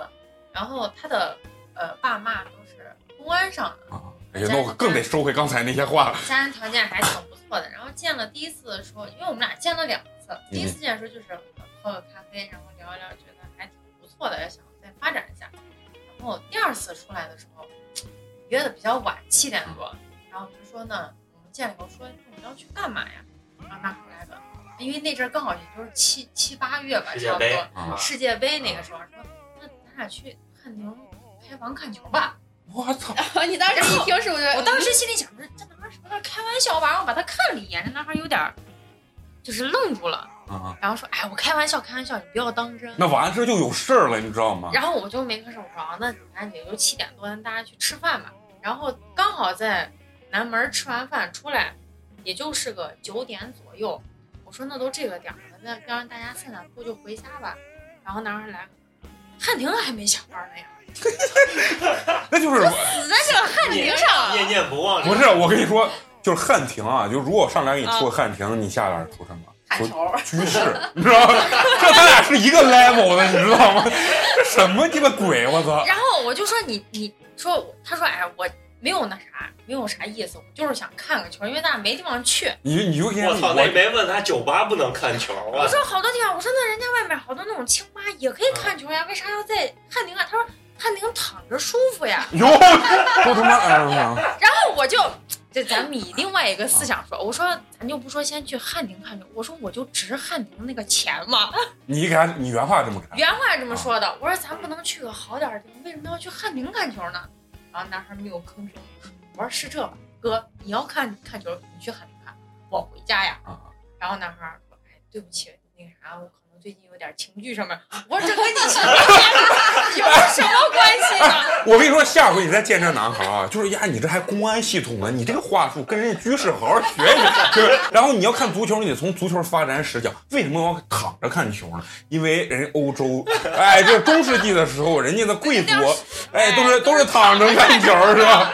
然后他的呃爸妈都是公安上的，
啊哎呀，那我更得收回刚才那些话了。
家人条件还挺不错的。然后见了第一次的时候，因为我们俩见了两次，
嗯
第一次见的时候就是呃喝个咖啡，然后聊一聊，觉得还挺不错的，也想再发展一下。然后第二次出来的时候，约的比较晚，七点多。然后我就说呢，我们见了以后说哎我们要去干嘛呀？然后那后来问，因为那阵儿刚好也就是七七八月吧，
世界
差不
杯
多。
啊！
世界杯那个时候，说那咱俩去汉庭开房看球吧。
我操！
啊你当时一听是不是？
哎
我当时心里想着，这男孩是不是在开玩笑吧？然后我把他看了一眼，这男孩有点儿就是愣住了，
啊啊！
然后说：“哎，我开玩笑，开玩笑，你不要当真。
那完事就有事儿了，你知道吗”？
然后我就没吭声，我说：“啊，那咱也就七点多，咱大家去吃饭吧。”然后刚好在南门吃完饭出来，也就是个九点左右。我说：“那都这个点儿了，那要让大家散散步就回家吧。”然后男孩来，汉庭还没下班呢呀。
那就是我
死在这个啊汉庭上
念
了。
念不忘。
不是我跟你说，就是汉庭啊，就如果上来给你出个汉庭，你下边出什么？
看
出
球，
居士， 你知道吗？这咱俩是一个 level 的，你知道吗？这什么鸡巴鬼，我操！
然后我就说你你说我他说哎我没有那啥没有啥意思，我就是想看个球，因为咱俩没地方去。
你你就跟
我
人家
操，那没问他酒吧不能看球
我
啊？
说好多地方，我说那人家外面好多那种青蛙也可以看球呀，为啥要在汉庭啊？他说汉庭躺着舒服呀。
哟，都他妈哎呀，
然后我就这咱们以另外一个思想说，我说咱就不说先去汉庭看球，我说我就值汉庭那个钱嘛。
你给他你原话这么看，
原话是这么说的，我说咱不能去个好点儿的地方，为什么要去汉庭看球呢？然后男孩没有吭声。我说是这吧，哥，你要看看球，你去汉庭看，我回家呀。
啊
然后男孩说，哎，对不起，那个啥，我可能最近有点情绪上面。我说这跟你情绪 有什么关系呢？
我跟你说，下回你再见这男孩啊，就是呀，你这还公安系统呢，你这个话术跟人家居士好好学一学。就是然后你要看足球，你得从足球发展史讲，为什么要躺着看球呢？因为人家欧洲，哎，这中世纪的时候，人家的贵族，哎，都是都是躺着看球是吧？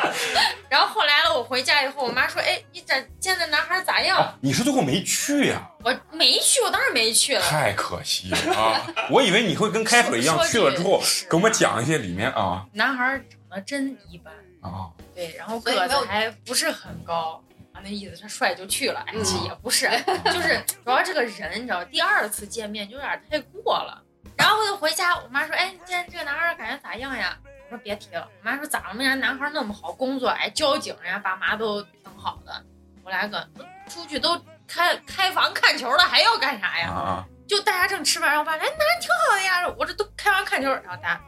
然后后来了，我回家以后，我妈说，哎，你这见那男孩咋样？
你是最后没去呀、
我没去，我当然没去了。
太可惜了啊！我以为你会跟开水一样
说
去了之后
句实，话
给我们讲一些里面啊
男孩长得真一般。
啊，
对，然后
所以
个
没
子
有
还不是很高啊，那意思是帅就去了，哎，
嗯
这也 不是，就是主要这个人，你知道，第二次见面就有点太过了。然后就回家，我妈说：“哎，你今天这个男孩感觉咋样呀？”我说：“别提了。”我妈说：“咋了？人家男孩那么好，工作哎，交警人家爸妈都挺好的。”我来个出去都开开房看球了，还要干啥
啊
哎呀？
啊，
就大家正吃饭，然后我爸说：“哎，男人挺好的呀。”我这都开完看球，然后大家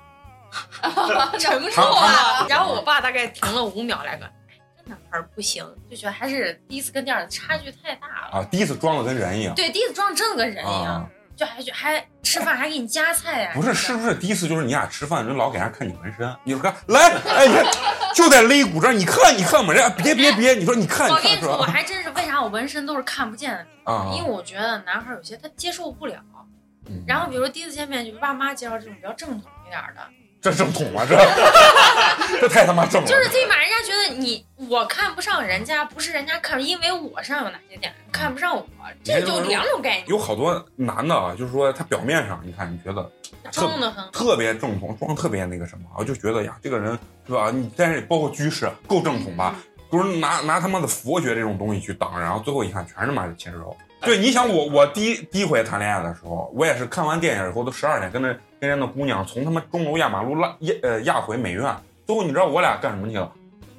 沉默啊。然后我爸大概停了五秒，来个，哎，这男孩儿不行，就觉得还是第一次跟第二次差距太大了。
啊，第一次装的跟人一样
对，哎第一次装得真的跟人一样
啊，，
就还就还吃饭还给你夹菜呀、
不是是不是第一次就是你俩吃饭，人老给人家看你纹身，你就看来，哎，你看就在肋骨这儿，你看你看嘛，人家别别别，你说你看你
我跟你啊
看是
说，我
吧？
还真是为啥我纹身都是看不见的，
啊啊
因为我觉得男孩儿有些他接受不了。
嗯
然后比如说第一次见面，就爸妈介绍
哦
这种比较正统一点儿的，
这正统啊，这这太他妈正了
就是最起码人家觉得就是你我看不上人家，不是人家看，因为我上有哪些点看不上我，这就两种概念，
有好多男的啊，就是说他表面上你看你觉得
装的很。
特别正统，装得特别那个什么，我就觉得呀，这个人对吧？你但是包括居士啊够正统
嗯
吧？不是拿拿他妈的佛学这种东西去挡，然后最后一看全是妈的禽兽。
哎
对，你想我我第一第一回谈恋爱的时候，我也是看完电影以后都十二点，跟那跟人家那姑娘从他妈钟楼压马路拉压呃压回美院，最后你知道我俩干什么去了？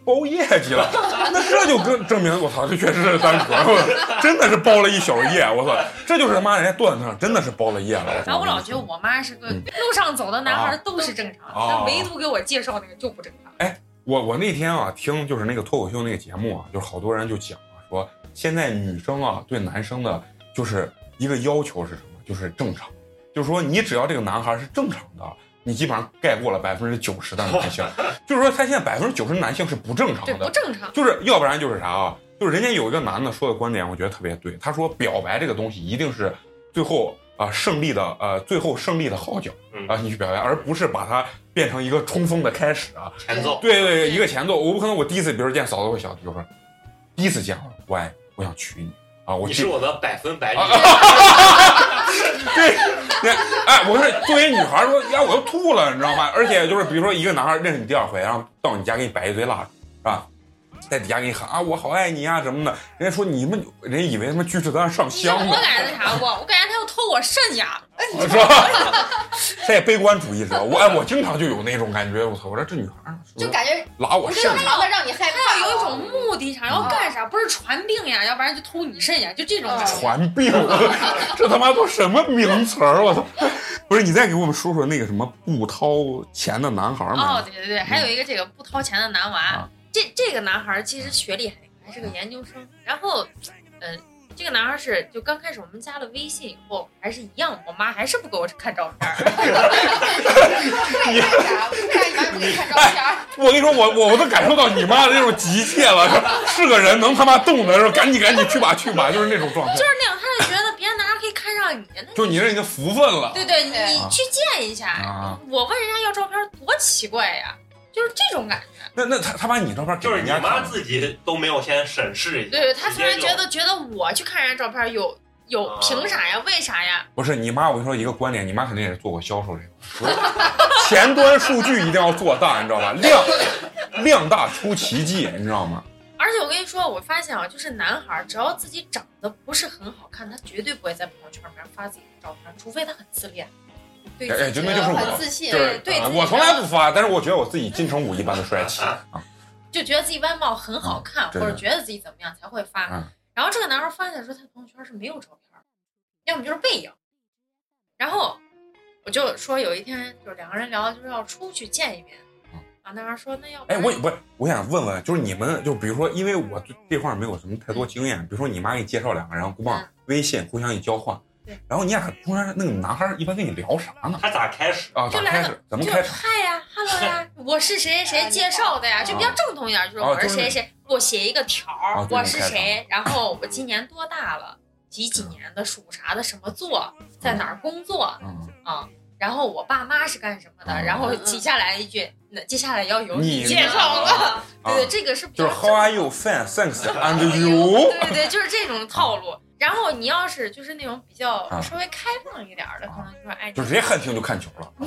包夜去 了，那这就跟证明我操，这确实是单纯，真的是包了一宿夜，我操，这就是他妈人家段子上真的是包了夜了。
然后我老觉得我妈是个
嗯
路上走的男孩都是正常，
啊
但唯独给我介绍那个就不正
哦
常。
我我那天啊听就是那个脱口秀那个节目啊，就是好多人就讲啊，说现在女生啊对男生的就是一个要求是什么？就是正常，就是说你只要这个男孩是正常的，你基本上盖过了百分之九十的男性，就是说他现在百分之九十男性是不正常
对，
的
不，正常。
就是要不然就是啥啊？就是人家有一个男的说的观点，我觉得特别对。他说表白这个东西一定是最后啊、呃胜利的呃最后胜利的号角
嗯
啊、你去表白，而不是把它变成一个冲锋的开始啊。
前奏，
对对对，一个前奏，我不可能我第一次，比如见嫂子或小弟，我说第一次见啊我，我爱我想娶你啊，我啊
你
记
是我的百分百里，
对，对，哎，我是作为女孩儿说，呀，我都吐了，你知道吗？而且就是比如说一个男孩儿认识你第二回，然后到你家给你摆一堆蜡烛，是吧？在底下给你喊啊，我好爱你啊什么的，人家说你们，人家以为他们居士在那上
你知道
香
我
呢，
感觉那啥不？我感觉他要偷我肾呀！
是吧？ 这也悲观主义者，我哎，我经常就有那种感觉，我操，我说这女孩儿是不是
就感觉
拉我
不
肾
正
呢，
常的让你害
他
怕，
要有一种目的上要干啥，不是传病呀，要不然就偷你肾呀，就这种感觉。
传病， 这他妈都什么名词儿？我操！不是你再给我们说说那个什么不掏钱的男孩儿
哦
吗，？
对对对，还有一个这个不掏钱的男娃，
嗯啊
这这个男孩儿其实学历还还是个研究生，然后，呃，这个男孩儿是就刚开始我们加了微信以后，还是一样，我妈还是不给我看照片儿，
为啥？为啥你妈不给看照片儿？
我跟你说，我我我都感受到你妈的那种急切了，是个人能他妈动的，说赶紧赶紧去吧去吧，就是那种状态
就，是那样，他就觉得别的男孩儿可以看上你，那
就你这已经福分了。
对对，你
对
你去见一下，
啊
我问人家要照片儿多奇怪呀，就是这种感觉。
那那他他把你照片给
就是
人
你
家
妈
看，
自己都没有先审视一下，
对对，他
直
突
接
然
就
觉得觉得我去看人家照片儿有有
啊
凭啥呀？为啥呀？
不是你妈，我跟你说一个观点，你妈肯定也是做过销售这个， 不是前端数据一定要做大，你知道吧？量量大出奇迹，你知道吗？
而且我跟你说，我发现啊，就是男孩儿只要自己长得不是很好看，他绝对不会在朋友圈里面发自己的照片，除非他很自恋。对
哎哎
自己
真的就是我
很自信
就，是
对
啊
自己
我从来不发，但是我觉得我自己金城武一般的帅气啊，
就觉得自己外貌很好看，
嗯
或
对
者觉得自己怎么样才会发。
嗯
然后这个男孩儿发现说，他朋友圈是没有照片儿，要么就是背影。然后我就说有一天，就是两个人聊，就是要出去见一面
嗯。
啊，男孩儿说那要不
哎，
然
我不是，我想问问，就是你们，就比如说，因为我对这块儿没有什么太多经验，比如说你妈给你介绍两个人，然后姑棒
嗯
微信互相一交换
对，
然后你俩中间那个男孩儿一般跟你聊啥呢？
他咋开始？
啊，咋
就
开
来
始
了？，
怎么
就
开始？
嗨 呀，hello 呀，我是谁谁谁介绍的呀，就比较正统一点，就是
啊
我是
就是
谁谁，我写一个条
啊
儿，
对
我是谁，然后我今年多大了，几几年的，属啥的，什么座，在哪儿工作
嗯，
啊，然后我爸妈是干什么的，
嗯
然后接下来一句，那接下来要由
你
介绍了，
啊
对对，这个是比
就
较
是 How
正
are you, fine, thanks, and
对
you？
对对，就是这种套路。然后你要是就是那种比较
啊
稍微开放一点儿的，可能就说哎，
就直接汉听就看球了啊！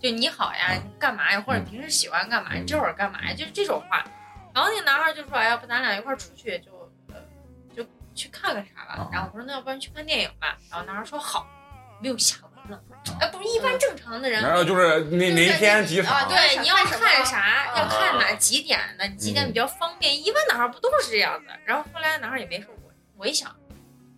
就你好呀，
嗯
你干嘛呀，或者你平时喜欢干嘛，
嗯
你这会儿干嘛呀，就是这种话。然后那个男孩就说，哎，要不咱俩一块儿出去就，呃，就去看看啥吧
啊。
然后我说，那要不然去看电影吧。然后男孩说好，没有下文了。
啊
哎，不是一
嗯
般正常的人，
然后就是哪哪一天几
啊
场，
对，你要看
看什
啥，
么
要看哪几点的，你几点比较方便。一般男孩不都是这样的？然后后来男孩也没说，我我一想，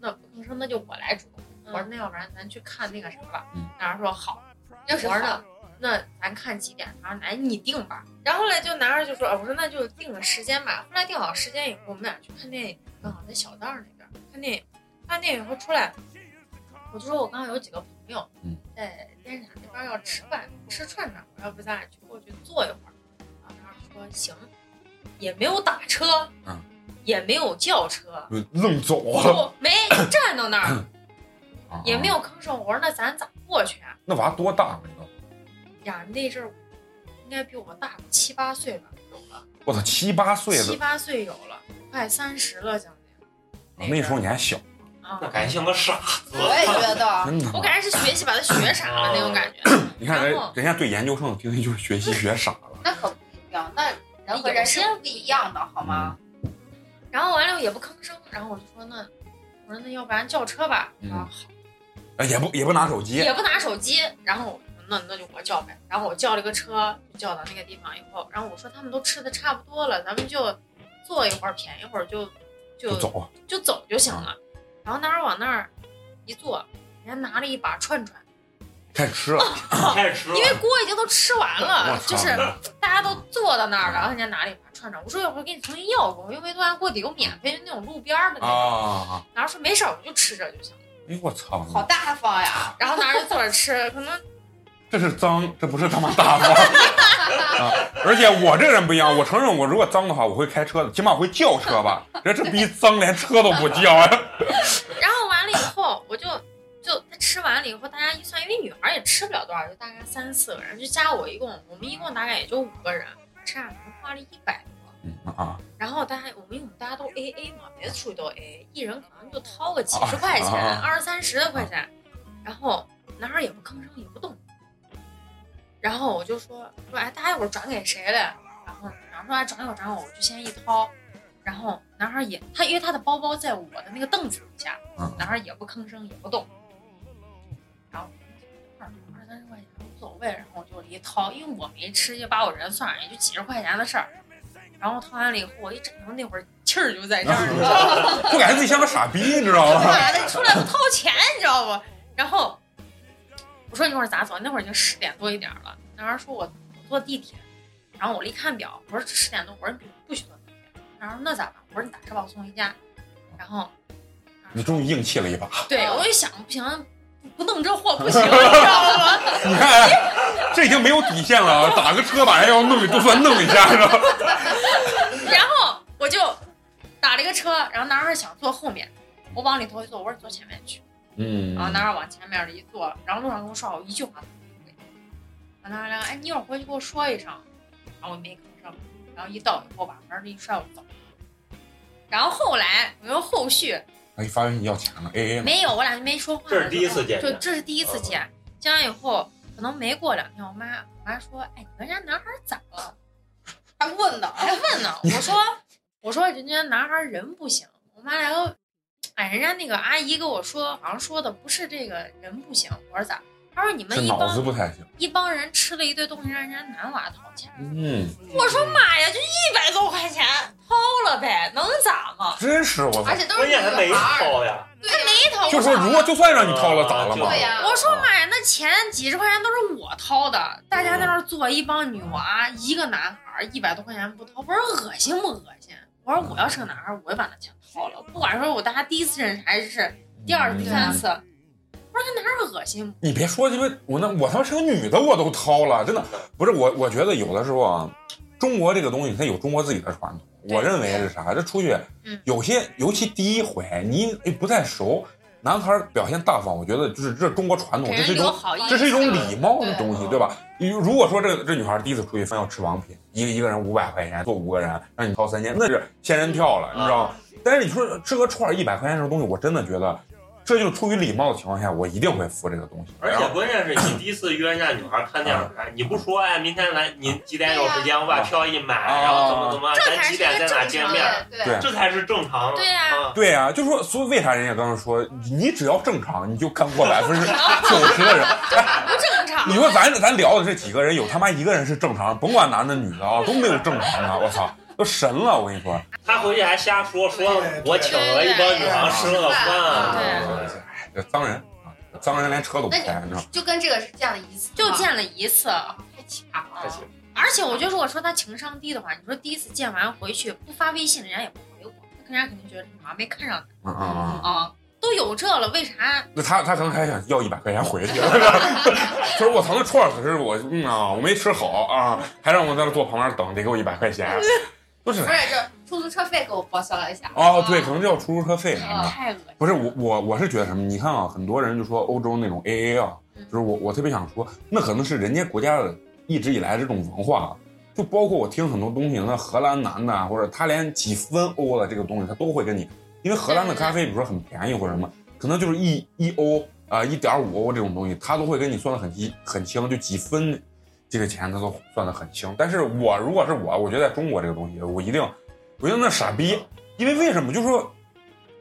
那不吭声，那就我来主动。我说那要不然咱去看那个啥吧
嗯。
男孩说好，
又是
活呢，那咱看几点？然后来你定吧。然后后来就男孩就说，啊我说那就定个时间吧。后来定好时间以后，我们俩去看电影，刚好在小道儿那边儿看电影。看电影以后出来，我就说我刚刚有几个朋友
嗯
在电视塔那边要吃饭，吃串串，要不咱俩去过去坐一会儿。然后男孩就说行，也没有打车，
嗯，
也没有轿车，
就愣走啊！
就没站到那儿，
啊
也没有吭声。我说那咱咋过去啊？
那娃多大了？你知道吗
呀，那阵儿该比我大个七八岁吧，有了，
我操，七八岁
七
了，
八岁有了，快三十了将近。
那时候你还小，
啊
那，感觉像个傻子。
我也觉得，
真的。
我感觉是学习把他学傻了那 种感觉。
你看人
然后
人家对研究生的定义就是学习学傻了，
那可不一样，那人和人是不一样的，好吗？
嗯
然后完了也不吭声，然后我就说那，我说那要不然叫车吧，
嗯
啊
呃也不也不拿手机，
也不拿手机，然后我说那那就我叫呗，然后我叫了个车，就叫到那个地方以后，然后我说他们都吃的差不多了，咱们就坐一会儿，谝一会儿就就
就走。嗯
就走就行了。然后那儿往那儿一坐，人家拿了一把串串，
开始吃了，
开始吃了
因，为锅已经都吃完
我
了，
操嗯
就是大家都坐到那儿了，然后人家拿了一把串串，我说要不要给你重新要过，因为东安锅底有免费的那种路边儿的那
啊
种，
啊！啊
然后说没事儿，我就吃这就行了。
哎呦我操！
好大方呀！
然后拿着坐着吃，可能
这是脏，这不是他妈大方 啊！而且我这人不一样，我承认我如果脏的话，我会开车的，起码我会叫车吧。人家这逼脏，连车都不叫 呀！
然后完了以后，我就就他吃完了以后，大家一算，因为女孩也吃不了多少，就大概三四个人，就加我一共，我们一共大概也就五个人，吃下来花了一百多。
嗯啊
然后大家我们因为我们大家都 A A 嘛，别的出去都 A A，一人可能就掏个几十块钱，
啊啊
二三十块钱。然后男孩也不吭声，也不动。然后我就说说哎，大家一会儿转给谁嘞？然后男孩说哎，转给我，转给我，我就先一掏。然后男孩也他因为他的包包在我的那个凳子底下，
嗯
男孩也不吭声，也不动。然后二二三十块钱无所谓，然后我就一掏，因为我没吃，就把我人算上，也就几十块钱的事儿。然后掏完了以后，我一枕头那会儿气儿就在这儿，你知道吗？
就感觉自己像个傻逼，你知道吗？
来了，出来不掏钱，你知道不？然后我说你一会儿咋走？那会儿已经十点多一点了。男孩说我我坐地铁，然后我一看表，我说十点多，我说你不许坐地铁。男孩说那咋办？我说你打车把我送回家。然后
你终于硬气了一把。
对 我一想，不行，不弄这货不行，你知道吗？
你看， 哎这已经没有底线了啊！打个车把人要弄，就算弄一下，知道吧？
然后我就打了一个车，然后男孩想坐后面，我往里头一坐，我说坐前面去。
嗯
然后男孩往前面一坐，然后路上跟我说话，我一句话都没回。然后男孩来，哎，你一会儿回去给我说一声。然后我没吭声，然后一到以后把门一摔，我走。然后后来没有后续，
哎，发现你要钱了，A A
没有，我俩就没说话。
嗯这是第一次见
就
面，嗯
这是第一次见。见完以后，可能没过两天，我妈我妈说，哎，你跟人家男孩啊咋了？
还问呢，
还问呢，我说我说人家男孩人不行，我妈然后，哎，人家那个阿姨跟我说，好像说的不是这个人不行，我说咋？她说你
是
们一
脑子
帮
不太行。
一帮人吃了一堆东西，让人家男娃掏钱。
嗯，
我说妈呀，就一百多块钱掏了呗，能咋嘛？
真是我操
而！且都是
关
女
键还没
孩儿，
掏呀。
对呀，
没掏，
就
我
说如果就算让你掏了，咋了嘛？
对
呀
我说妈呀，那钱几十块钱都是我掏的，大家在那儿坐一帮女娃，一个男孩儿一百多块钱不掏，我说恶心不恶心？我说我要是个男孩儿，我也把那钱掏了，不管说我大家第一次认识还是第
嗯
二次、第
啊
三次，我说这男孩儿恶心不？
你别说，因为我那我他妈是个女的，我都掏了，真的不是我。我觉得有的时候啊，中国这个东西它有中国自己的传统。
对
我认为是啥？这出去
嗯
有些，尤其第一回你哎不太熟，男孩表现大方，我觉得就是这中国传统，
给
这是
人
一
留
种
好意思，
这是一种礼貌的东西，
对
对吧？如果说这这女孩第一次出去非要吃王品，一个一个人五百块钱，坐五个人，让你掏三千，那是仙人跳了，你知道吗？但是你说吃个串一百块钱这种东西，我真的觉得，这就出于礼貌的情况下，我一定会付这个东西。
而且关键是你第一次约人家女孩看电影看，你不说哎，哦明天来，你几点有时间？我把票一买，
啊
然后怎么怎么，
这
咱
才
几
是
点
个
在哪
正
见
常
面？
的。
对
对
对，
这才是正常。
对呀
嗯
对呀、就说所以为啥人家刚刚说你只要正常，你就干过百分之九十 的人。哎
不正常。啊
你说咱咱聊的这几个人，有他妈一个人是正常，甭管男的女的啊，都没有正常的。我操，都神了！我跟你说，
他回去还瞎说，说
对
我请了一帮女孩吃了个
啊对
饭。
这脏人啊，脏人连车都不
那
开，你知
你
道吗？
就跟这个是见了一次，
就，见了一次，啊
太假了
还。行
而且我觉得如果说他情商低的话，你说第一次见完回去不发微信，人家也不回我，那人家肯定觉得这女娃没看上他。
嗯嗯嗯。
啊，都有这了，为
啊
啥？
那他他可能还想要一百块钱回去， 就是我操那串儿可是我嗯啊，我没吃好啊，还让我在那坐旁边等，得给我一百块钱， 不是
不是，这出租车费给我报销了一下。嗯
哦，对，可能就要出租车费什么的。
太恶心。
不是我我我是觉得什么？你看啊，很多人就说欧洲那种 AA 啊，
嗯
就是我我特别想说，那可能是人家国家的一直以来这种文化啊，就包括我听很多东西，那荷兰男的啊，或者他连几分欧的这个东西，他都会跟你，因为荷兰的咖啡，比如说很便宜或者什么，可能就是一一欧啊，一点五欧这种东西，他都会跟你算的很清很清，就几分这个钱他都算的很清。但是我如果是我，我觉得在中国这个东西，我一定，我一定那傻逼，因为为什么？就是说，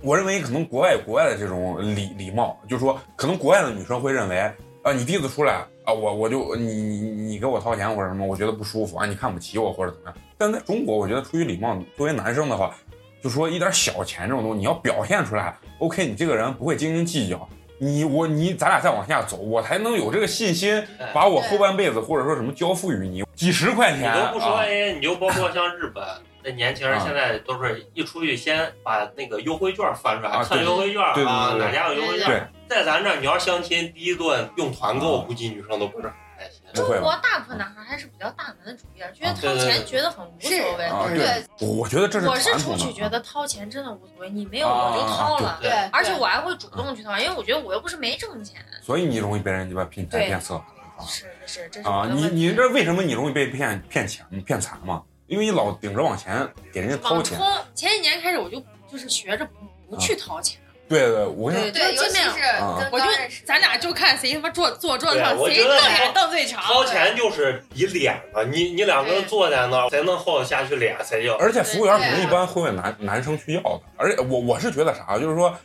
我认为可能国外有国外的这种礼礼貌，就是说，可能国外的女生会认为啊，你第一次出来啊，我我就你你你给我掏钱或者什么，我觉得不舒服啊，你看不起我或者怎么样。但在中国，我觉得出于礼貌，作为男生的话，就说一点小钱这种东西，你要表现出来，OK，你这个人不会斤斤计较。你我你，咱俩再往下走，我才能有这个信心，把我后半辈子或者说什么交付于你，几十块
你
钱
都不说
啊
AA，你就包括像日本那年轻人
啊
现在都是一出去先把那个优惠券翻出
啊
来，看
对
优惠券
对对
啊
对对
哪家有优惠
对
券。在咱这儿你要相亲第一顿用团购，估计女生都不是很开心。
不
中
会啊吧
国大部分男孩还是比较大男子主义，觉得掏钱觉得很无所谓。
啊，
对
对，我觉得这是
我是
传
出
统
去
的。啊
觉得掏钱真的无所谓，你没有我就掏了，
对，
而且我还会
啊
主动去掏，因为我觉得我又不是没挣钱。
所以你容易被人鸡巴骗
对
骗色了
是是是，这是我
啊！
的
你
问
你
题。
这为什么你容易被骗骗钱骗财嘛？因为你老顶着往前给人家掏
网
钱。啊
托前几年开始我就就是学着不不去掏钱，
对对，我跟
对
你
对，尤
见
其
面
是
啊
跟
我就
刚认识的
咱俩就看谁他妈坐坐桌子上
对我
谁
觉得
瞪眼瞪最长。
掏钱就是比脸嘛，你你两个人坐在那儿，谁能耗得下去脸，谁就
而且服务员可能
对
一般会问男男生去要的，而且我我是觉得啥，就是说，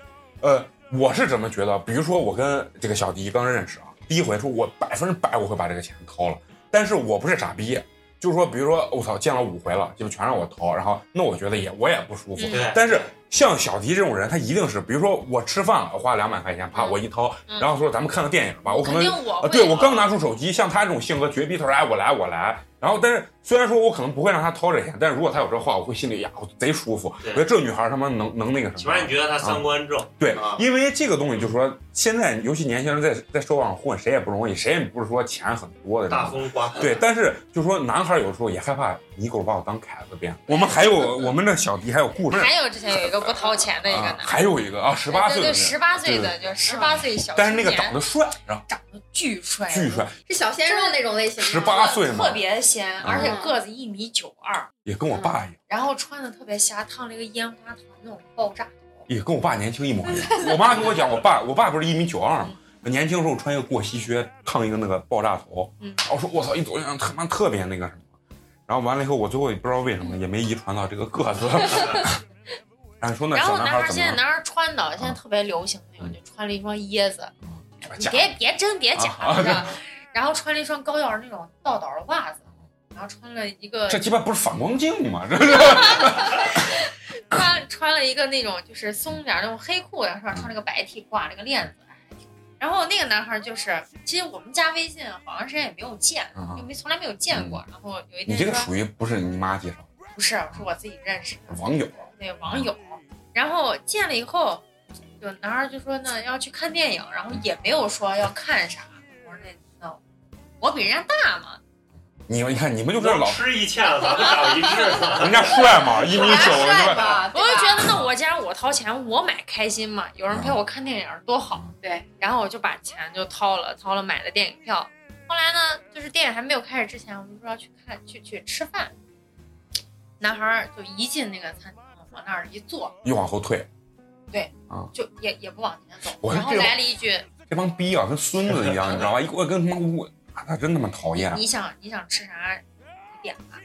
呃，我是怎么觉得？比如说我跟这个小迪刚认识啊，第一回出我百分之百我会把这个钱掏了，但是我不是傻逼，就是说，比如说我操见了五回了，就全让我掏，然后那我觉得也我也不舒服，
嗯
对。
但是像小迪这种人，他一定是，比如说我吃饭了，我花两百块钱，啪，我一掏，
嗯
然后说咱们看个电影吧，我可
肯
能
定我
啊，
会
对我刚拿出手机，像他这种性格绝逼，他说哎我来我来，然后但是虽然说我可能不会让他掏这钱，但是如果他有这话，我会心里呀我贼舒服，我
对
觉得这女孩他妈能能那个
起
什么
码。你觉得他三观正，
对
啊，
因为这个东西就是说，现在尤其年轻人在在社会上混，谁也不容易，谁也不是说钱很多的这
大
种。
风刮。
对，但是就是说，男孩有时候也害怕你狗把我当凯子变。我们还有我们这小迪还有故事，
还有之前有一个不掏钱的一个
啊
男，的，
还有一个啊，十八岁的
对对，
那个嗯
十八岁的，就十八岁小青年，哎
但是那个长得帅，然后
长得巨帅，
巨帅，
是小鲜肉那种类型吗，
十八岁嘛
特，别仙，而且个子一米九二，
也跟我爸一样，
然后穿的特别瞎，烫了一个烟花头那种爆炸头，
也跟我爸年轻一模一样。我妈跟我讲，我爸我爸不是一米九二
嗯
吗？年轻时候穿一个过膝靴，烫一个那个爆炸头，
嗯
然后说我操，一走就像他妈特别那个什么。然后完了以后，我最后也不知道为什么也没遗传到这个个 子。然后说那
然
小
后
男
男
孩
孩
怎
现
么了？啊嗯
在男孩穿的现在特别流行那种，就穿了一双椰子，你
假
别别真别假
啊，
是吧然后穿了一双高腰那种倒倒的袜子，然后穿了一个
这鸡巴不是反光镜吗？这是
穿穿了一个那种就是松点儿那种黑裤，然后上穿了个白 T，挂了个链子。哎然后那个男孩就是，其实我们加微信好长时间也没有见，
啊嗯
就没从来没有见过。然后有一
你
天
这个
说
属于不是你妈介绍，
不是，是我自己认识的
网友
那个网友。
嗯
然后见了以后，就男孩就说呢要去看电影，然后也没有说要看啥。我说那那我比人家大嘛，
你你看你们就是
我
老
吃一堑了，咱们长一智呢。
人家帅嘛，一米
还
九，对
帅
吧？
吧？
我就觉得，那我既然我掏钱，我买开心嘛，有人陪
嗯
我看电影儿多好。
对，
然后我就把钱就掏了，掏了买了电影票。后来呢，就是电影还没有开始之前，我们说要去看去去吃饭。男孩儿就一进那个餐厅，往那儿一坐，
一往后退，
就也也不往前走，
我
然
说
后
这个
来了一句
这帮逼啊，跟孙子一样，你知道吧？一过来跟他妈我，啊他真他妈讨厌：“。
你想你想吃啥，你点吧。”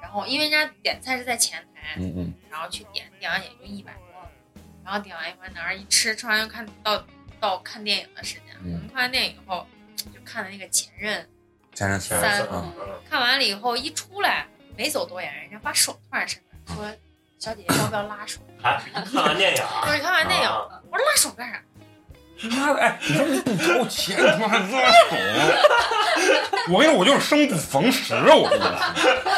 然后因为人家点菜是在前台，
嗯嗯，
然后去点，点完也就一百多，然后点完一会儿哪儿一吃，吃完又看到到看电影的时间。
嗯
我们看完电影以后，就看的那个前任，
前任前
三
任
嗯
啊，
看完了以后一出来没走多远，人家把手突然伸出来说：“小姐姐要不要拉手
还看完电影？”
我
啊，
说看完电影
啊
了，我说拉手干啥？
妈的，哎，你说你掏钱，他妈还拉手，我跟你说，我就是生不逢时啊！我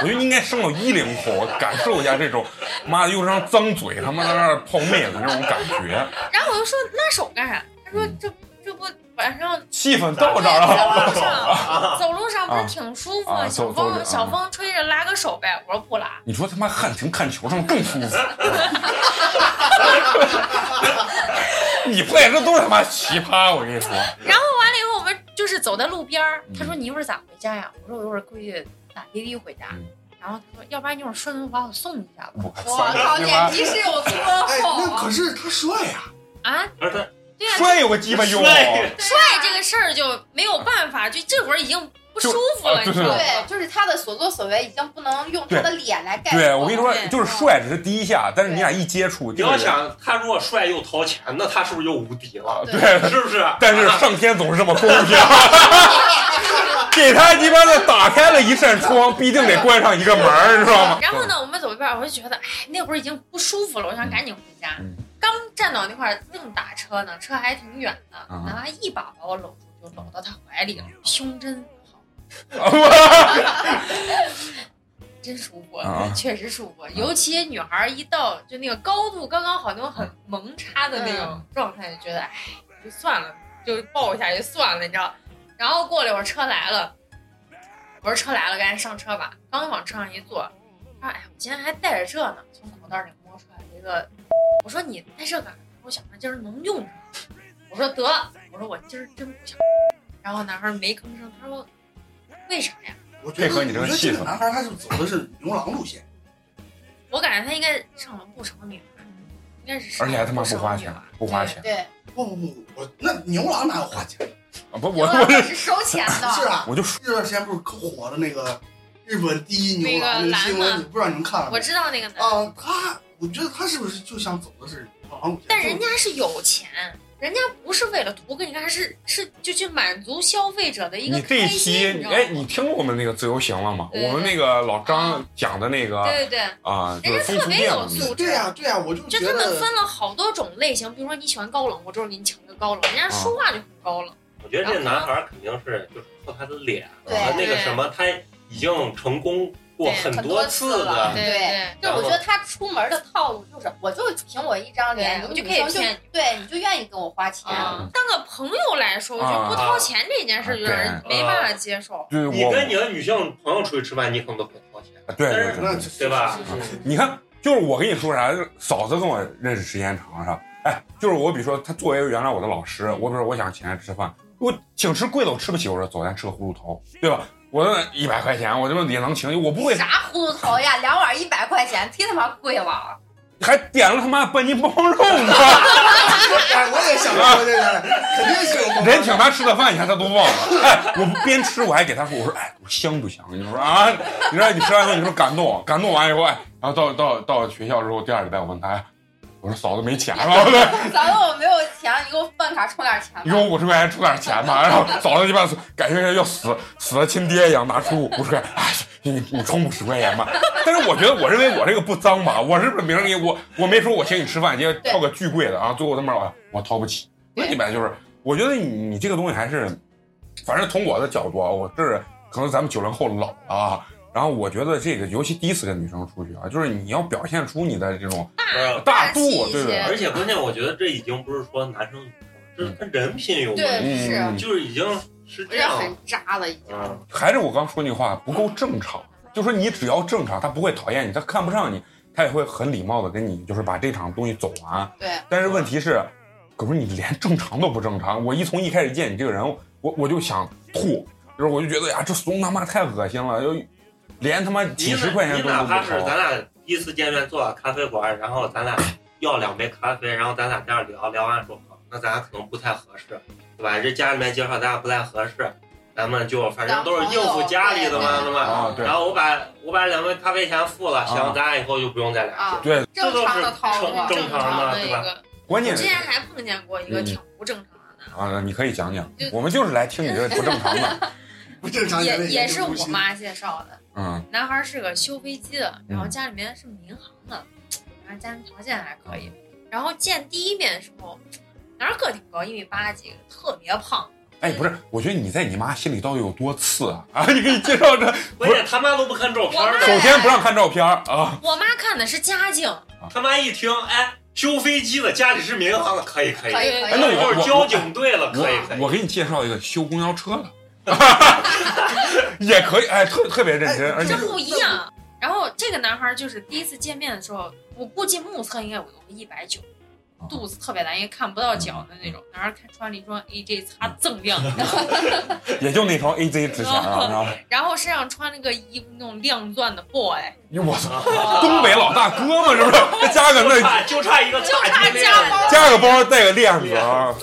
跟你说，我就应该生到一零后，感受一下这种，妈的又张脏嘴，他妈在那儿泡妹子那种感觉，
然后我就说拉手干啥？他说
嗯
这这不晚上
气氛到这儿了。
走路
啊
上走路上不是挺舒服
啊
吗？
走
小
走着
风小风吹着拉个手呗。我说不拉，
你说他妈汉庭看球上更舒服， 你配这都是他妈奇葩，我跟你说。
然后完了以后，我们就是走在路边儿，他
嗯
说你一会儿咋回家呀？我说我一会儿估计打滴滴回家。
嗯
然后他说，要不然你一会儿顺路把我送一下吧。
我
我
操，
靠，
你妈
脸皮是有多
哎，那
厚啊
可？是他帅呀，
啊，
而他
对啊，
帅有个鸡巴用，
啊
帅
帅 这个事儿就没有办法，就这会儿已经不舒服了，
就啊
你知道吗？
对，就是他的所作所为已经不能用他的脸来概括。
对我跟你说
对，
就是帅只是第一下，但是你俩一接触，
你
这个
要
人，
想他如果帅又掏钱，那他是不是就无敌了？
对，
是不是？
但是上天总是这么公 平，给他鸡巴的打开了一扇窗，必定得关上一个门儿，知道吗？
然后呢，我们走一半儿，我就觉得，哎，那会儿已经不舒服了，我想赶紧回家。
嗯
刚站到那块儿，正打车呢，车还挺远的，
嗯
男孩一把把我搂住，就搂到他怀里了，胸真好， 真舒服，
啊
确实舒服。尤其女孩儿一到就那个高度刚刚好，那种很
嗯
萌插的那种状态，就觉得，哎，就算了，就抱一下就算了，你知道。然后过了一会儿车来了，我说车来了，赶紧上车吧。刚往车上一坐，他说：“哎，我今天还带着这呢。”从口袋里摸出来了一个，我说：“你带这干啥？”我想着今儿能用上。我说：“得，我说我今儿真不想。”然后男孩儿没吭声，他说：“为啥呀
我觉
配
得
合你这个
我觉得
气
这
氛
个男孩他就走的是牛郎路线，？”
我感觉他应该上了不少女孩，应该是上
而
了
且还他妈
不
不
少
花
女
钱
孩，
不花钱，
对，
不不不，我那牛郎哪有花钱？
啊不，
牛
我
郎
我
可
这
是收钱
是
的，
啊，
我就说
这段时间不是可火的那个日本第一牛郎
那个
个新
蓝
闻，
吗
你不知道你们看了
我
没？
知道那个男的，
啊，他我觉得他是不是就想走的是牛郎路线？
但人家是有钱，人家不是为了图给你看，是是就去满足消费者的一个
你这
开
一
心，
期
知道吗
哎，你听我们那个自由行了吗？
对
我们那个老张讲的那个
对对对。
啊，就
人
是风
家特
俗
别
店
有
什么的
素质，
对呀对呀，我就
就
觉
他们
得
分了好多种类型，比如说你喜欢高冷，我就是给你请个高冷，人家说话就很高冷。
我觉得这男孩肯定是就是靠他的脸
对
和那个什么，他已经成功过很多次
了
的，
对
对就是我觉得他出门的套路就是，我就凭我一张脸，你
对我就可以
女生
骗你
对，你就愿意跟我花钱。
啊，当个朋友来说，我觉得不掏钱这件事有点没办法接受。
对
你
我
跟你的女性朋友出去吃饭，你可能都不会掏钱。
对
但
对
是
对，
那
对吧
是是是
你看，就是我跟你说啥，就是嫂子跟我认识时间长上，哎，就是我比如说，她作为原来我的老师，我比如说我想请她吃饭，我请吃贵的我吃不起，我说走，咱吃个葫芦头，对吧？我那一百块钱，我他妈也能请，我不会
啥葫芦头呀？两碗一百块钱，忒他妈贵了！啊
还点了他妈半斤包肉呢，
哎，我也想说这个，肯定是有
人请她吃的饭钱她都忘了，哎，我边吃我还给她说，我说哎，我香不香？你说啊，你说你吃完饭你说感动，感动完以后，哎，然后到到到学校之后，第二礼拜我问她，哎我说嫂子没钱了，我说。
嫂子，我没有钱，你给我饭卡充点钱吧。
你给我五十块钱出点钱吧，然后嫂子一般感觉要死死了亲爹一样，拿出五十块，哎，你你充五十块钱吧。但是我觉得，我认为我这个不脏吧，我是不是明儿给我我没说我请你吃饭，结果掏个巨贵的啊，最后他妈我我掏不起，
嗯
那一般就是，我觉得你你这个东西还是，反正从我的角度啊，我这是可能咱们九零后老了啊。然后我觉得这个，尤其第一次跟女生出去啊，就是你要表现出你的这种
呃
大
大
度
气，一
对不对
些？
而且关键，我觉得这已经不是说男生女生，这是跟人品有关
对，
嗯
是，
系，就是已经是
我
这
这
样。
很渣了已经。
嗯，
还是我刚说那话，不够正常。就说你只要正常，他不会讨厌你，他看不上你，他也会很礼貌的跟你，就是把这场东西走完。
对，
但是问题是，可是你连正常都不正常。我一从一开始见你这个人，我我就想吐，就是我就觉得呀，这怂他妈太恶心了，就连他妈几十块钱
你
都
哪
都
你哪怕是
不
咱
掏。
俩第一次见面坐在咖啡馆，然后咱俩要两杯咖啡，然后咱俩在那儿聊聊完说好，那咱俩可能不太合适，对吧？这家里面介绍咱俩不太合适，咱们就反正都是应付家里的嘛，
当朋友
对吧？
啊，对
然，后我把我把两杯咖啡钱付了，行，
啊
咱俩以后就不用再聊
啊
了。，
对
这
正
都
啊
是
常的套路
正。正常
常
的
一
对吧？
个，
关
我
键
之
是
前还碰见过一个挺不正常的男
啊，你可以讲讲
就，
我们就是来听你这不正常的，
不正常
孩，
人
也
的
也
眼
是
睛无
我
心，
妈介绍的。
嗯
男孩是个修飞机的，然后
嗯
家里面是民航的，然后家庭条件还可以。然后见第一面的时候，男孩个挺高，一米八几，特别胖。
哎，不是，我觉得你在你妈心里到底有多次啊？啊，你给你介绍这，不
关
是
键他妈都不看照片
我妈
首
的，
先不让看照片儿啊，
我妈看的是家境，
他妈一听，哎，修飞机的，家里是民航的，可以可以，
可以
哎
可
哎
那
以，
我
就是交警队了，可以可以。
我我给你介绍一个修公交车的， 也可以，哎，特特别认真，
哎
而且
这不一样。然后这个男孩就是第一次见面的时候，我估计目测应该有个一百九，肚子特别大，因为看不到脚的那种，然后看穿了一双 AJ 擦锃亮的，
也就那双 AJ 值钱啊，然后
然后身上穿了个衣服那种亮钻的 boy，
你我操，东北老大哥嘛，是不是？加个那
差就差一个
就差
鸡肋
加包
加个包带个链子啊，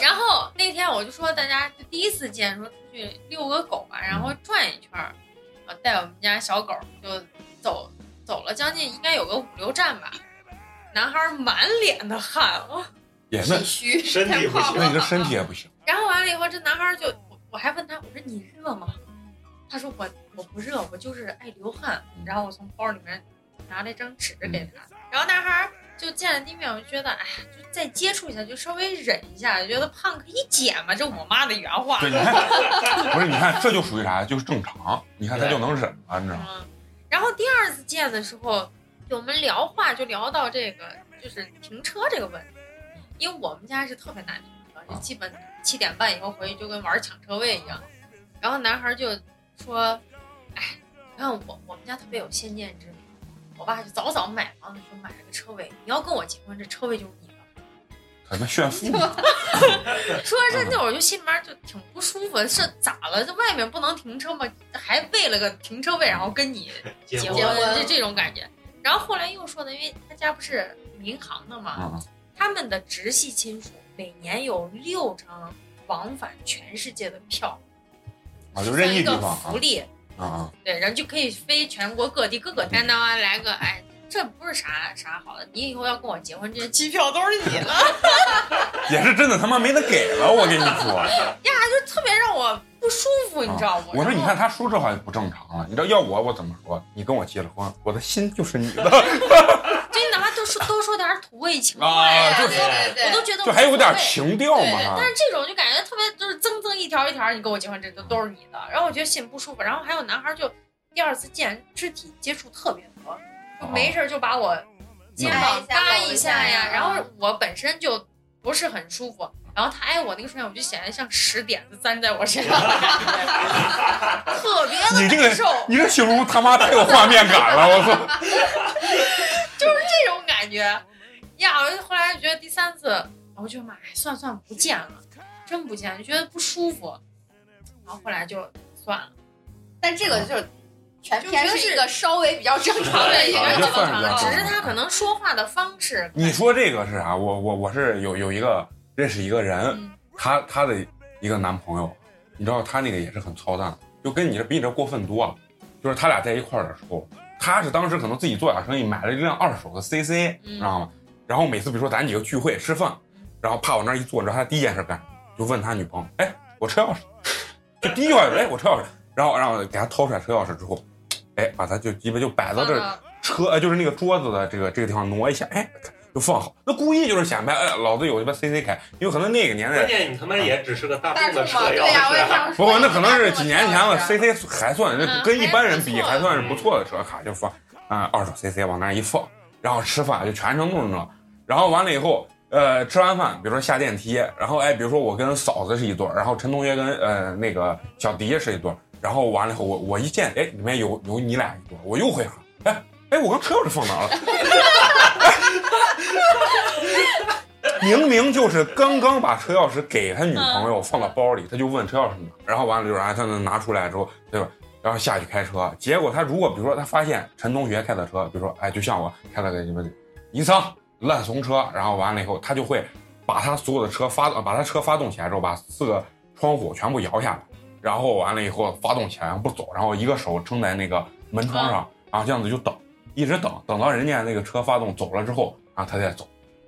然后那天我就说大家就第一次见，说出去遛个狗嘛，然后转一圈儿，啊，带我们家小狗就走走了将近应该有个五六站吧，男孩满脸的汗，哦哇
也那
必须
身体不
那
行，
你这身体也不行，
然后完了以后，这男孩就我我还问他，我说你热吗？他说我我不热，我就是爱流汗。然后我从包里面拿了一张纸给他，然后男孩就见了第一面，我就觉得哎呀，就再接触一下，就稍微忍一下，觉得胖可以减嘛，这我妈的原话。
对，你看，不是你看这就属于啥？就是正常，你看他就能忍了，你知道吗？
嗯，然后第二次见的时候，就我们聊话就聊到这个就是停车这个问题，因为我们家是特别难停车，就基本七点半以后回去就跟玩抢车位一样。然后男孩就说：“哎，你看我我们家特别有先见之明，我爸就早早买房的时候买了个车位，你要跟我结婚，这车位就是你的。”
他妈炫富，
说这那会儿就心里面就挺不舒服，是咋了？这外面不能停车吗？还为了个停车位，然后跟你
结
结
婚
婚，这这种感觉。然后后来又说的，因为他家不是民航的嘛，
嗯
他们的直系亲属每年有六张往返全世界的票，
啊，就任意地
算一个
方啊
福利，
啊啊，
对，然后就可以飞全国各地各个天堂啊，来个哎，这不是啥啥好的，你以后要跟我结婚，这些机票都是你的。
也是真的他妈没得给了，我跟你说。
就特别让我不舒服，你知道吗？
啊我说
然
你
后
看他说这话就不正常了，你知道要我我怎么说？你跟我结了婚，我的心就是你的
真的，哪怕都说都说点儿土味情话呀，
啊，就
对
是
对对
我都觉得
就还有点
无所谓
情调嘛
对，但
哈
是这种就感觉特别就是铮铮一条一条，你跟我结婚这都都是你的，然后我觉得心里不舒服。然后还有男孩就第二次见肢体接触特别多，
哦
就没事儿就把我肩膀搭一下呀，然后我本身就不是很舒服，然后他挨我那个瞬间，我就显得像十点子粘在我身 上的感觉，特别的
你这
难
个
受，
你这形容他妈太有画面感了，我操！
就是这种感觉呀。我就后来觉得第三次，我就妈，哎算算不见了，真不见，就觉得不舒服，然后后来就算了。
但这个就是全篇
就觉得
是
是
一个稍微比较正常的一
也
个
啊
是
就
正
算
常
是
的，
正常
只是他可能说话的方式，
你说这个是啥？我我我是有有一个认识一个人
嗯，
她她的一个男朋友，你知道她那个也是很操蛋，就跟你这比你这过分多了。就是他俩在一块儿的时候，她是当时可能自己做点生意，买了一辆二手的 CC，
嗯
知道吗？然后每次比如说咱几个聚会吃饭，然后怕往那儿一坐，你知道他第一件事干什么？就问他女朋友，哎，我车钥匙，就第一句话就是，哎，我车钥匙，然后然后给他掏出来车钥匙之后，哎，把他就鸡巴就摆到
放
这儿。
到
车，呃就是那个桌子的这个这个地方挪一下，哎，就放好。那故意就是显摆，哎，老子有一把 CC 开，因为可能那个年
关
代，
键你他妈也只是个大
大
众
众
的
嘛，
车
对
钥
呀、我也
匙，
想说
不过那可能是几年前了
大众嘛
，CC 还算
嗯
跟一般人比
还
还
是不错
算是不错
的嗯
的车卡，就放啊二手 CC 往那儿一放，然后吃饭就全程都是那，然后完了以后。呃，吃完饭，比如说下电梯，然后哎，比如说我跟嫂子是一对儿，然后陈同学跟呃那个小迪是一对儿，然后完了以后我我一见，哎，里面有有你俩一对儿，我又会喊，哎哎，我刚车钥匙放哪儿了？ 明明就是刚刚把车钥匙给他女朋友放到包里，他就问车钥匙哪，然后完了就是啊，他能拿出来之后，对吧？然后下去开车，结果他如果比如说他发现陈同学开的车，比如说哎，就像我开了个什么尼桑烂怂车，然后完了以后，他就会把他所有的车发动，把他车发动起来之后，把四个窗户全部摇下来，然后完了以后发动起来不走，然后一个手撑在那个门窗上，然后这样子就等，一直等，等到人家那个车发动走了之后，然后他再走。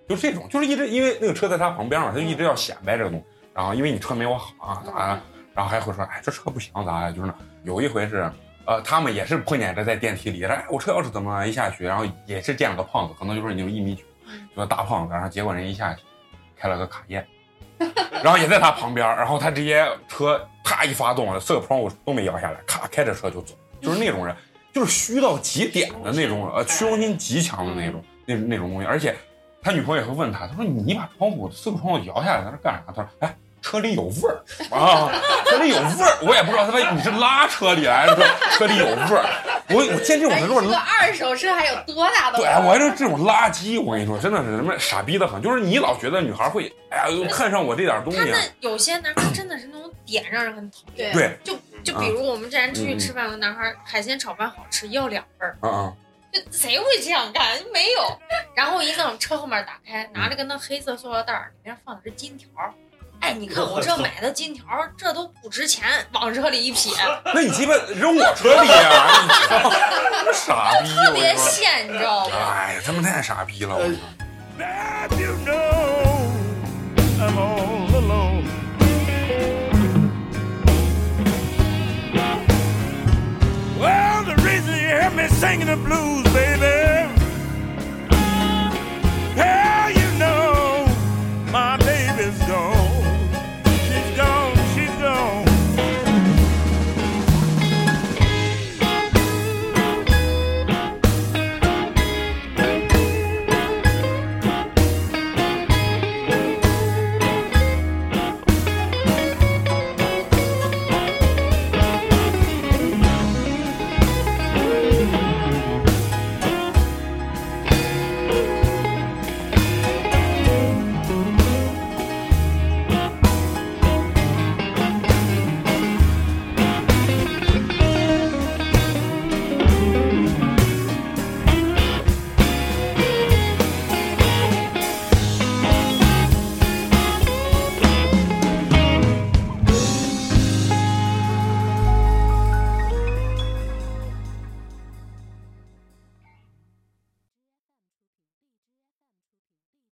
就这种，就是一直因为那个车在他旁边嘛，他就一直要显摆这个东西。然后因为你车没我好啊，咋啊？然后还会说，哎，这车不行，咋啊？就是那有一回是，呃，他们也是碰见这在电梯里，说哎，我车钥匙怎么一下去？然后也是见了个胖子，可能就是你就一米九，就是大胖子，然后结果人一下去开了个卡宴，然后也在他旁边，然后他直接车啪一发动，四个窗户都没摇下来，咔开着车就走，就是那种人，就是虚到极点的那种，呃，虚荣心极强的那种，那那种东西，而且。他女朋友也会问他，他说你把窗户四个窗户摇下来，他说干啥？他说哎，车里有味儿啊，车里有味儿，我也不知道他说你是拉车里来，说车里有味儿，我我见这种
哎
的
一
时候，
个二手车还有多大的
对，哎
玩儿？
我这这种垃圾，我跟你说，真的是他妈傻逼的很。就是你老觉得女孩会，哎呀，看上我这点东
他
西啊，
那有些男孩真的是那种点让人很讨厌。
对，嗯
就就比如我们之前出去吃饭，有个男孩海鲜炒饭好吃，要两份儿，
啊啊，
就谁会这样干？没有。然后一弄车后面打开，拿了个那黑色塑料袋儿，里面放的是金条儿。哎，你看我这买的金条儿，这都不值钱，往车里一撇，
那你鸡巴扔我车里啊！你知道吗 傻逼，
特
我跟
别
你说，
现，你知道吗？
哎呀，他们太傻逼了，我
呃
跟你说。
That you know I'm all alone. Well, the reason you hear me singing the blues, baby.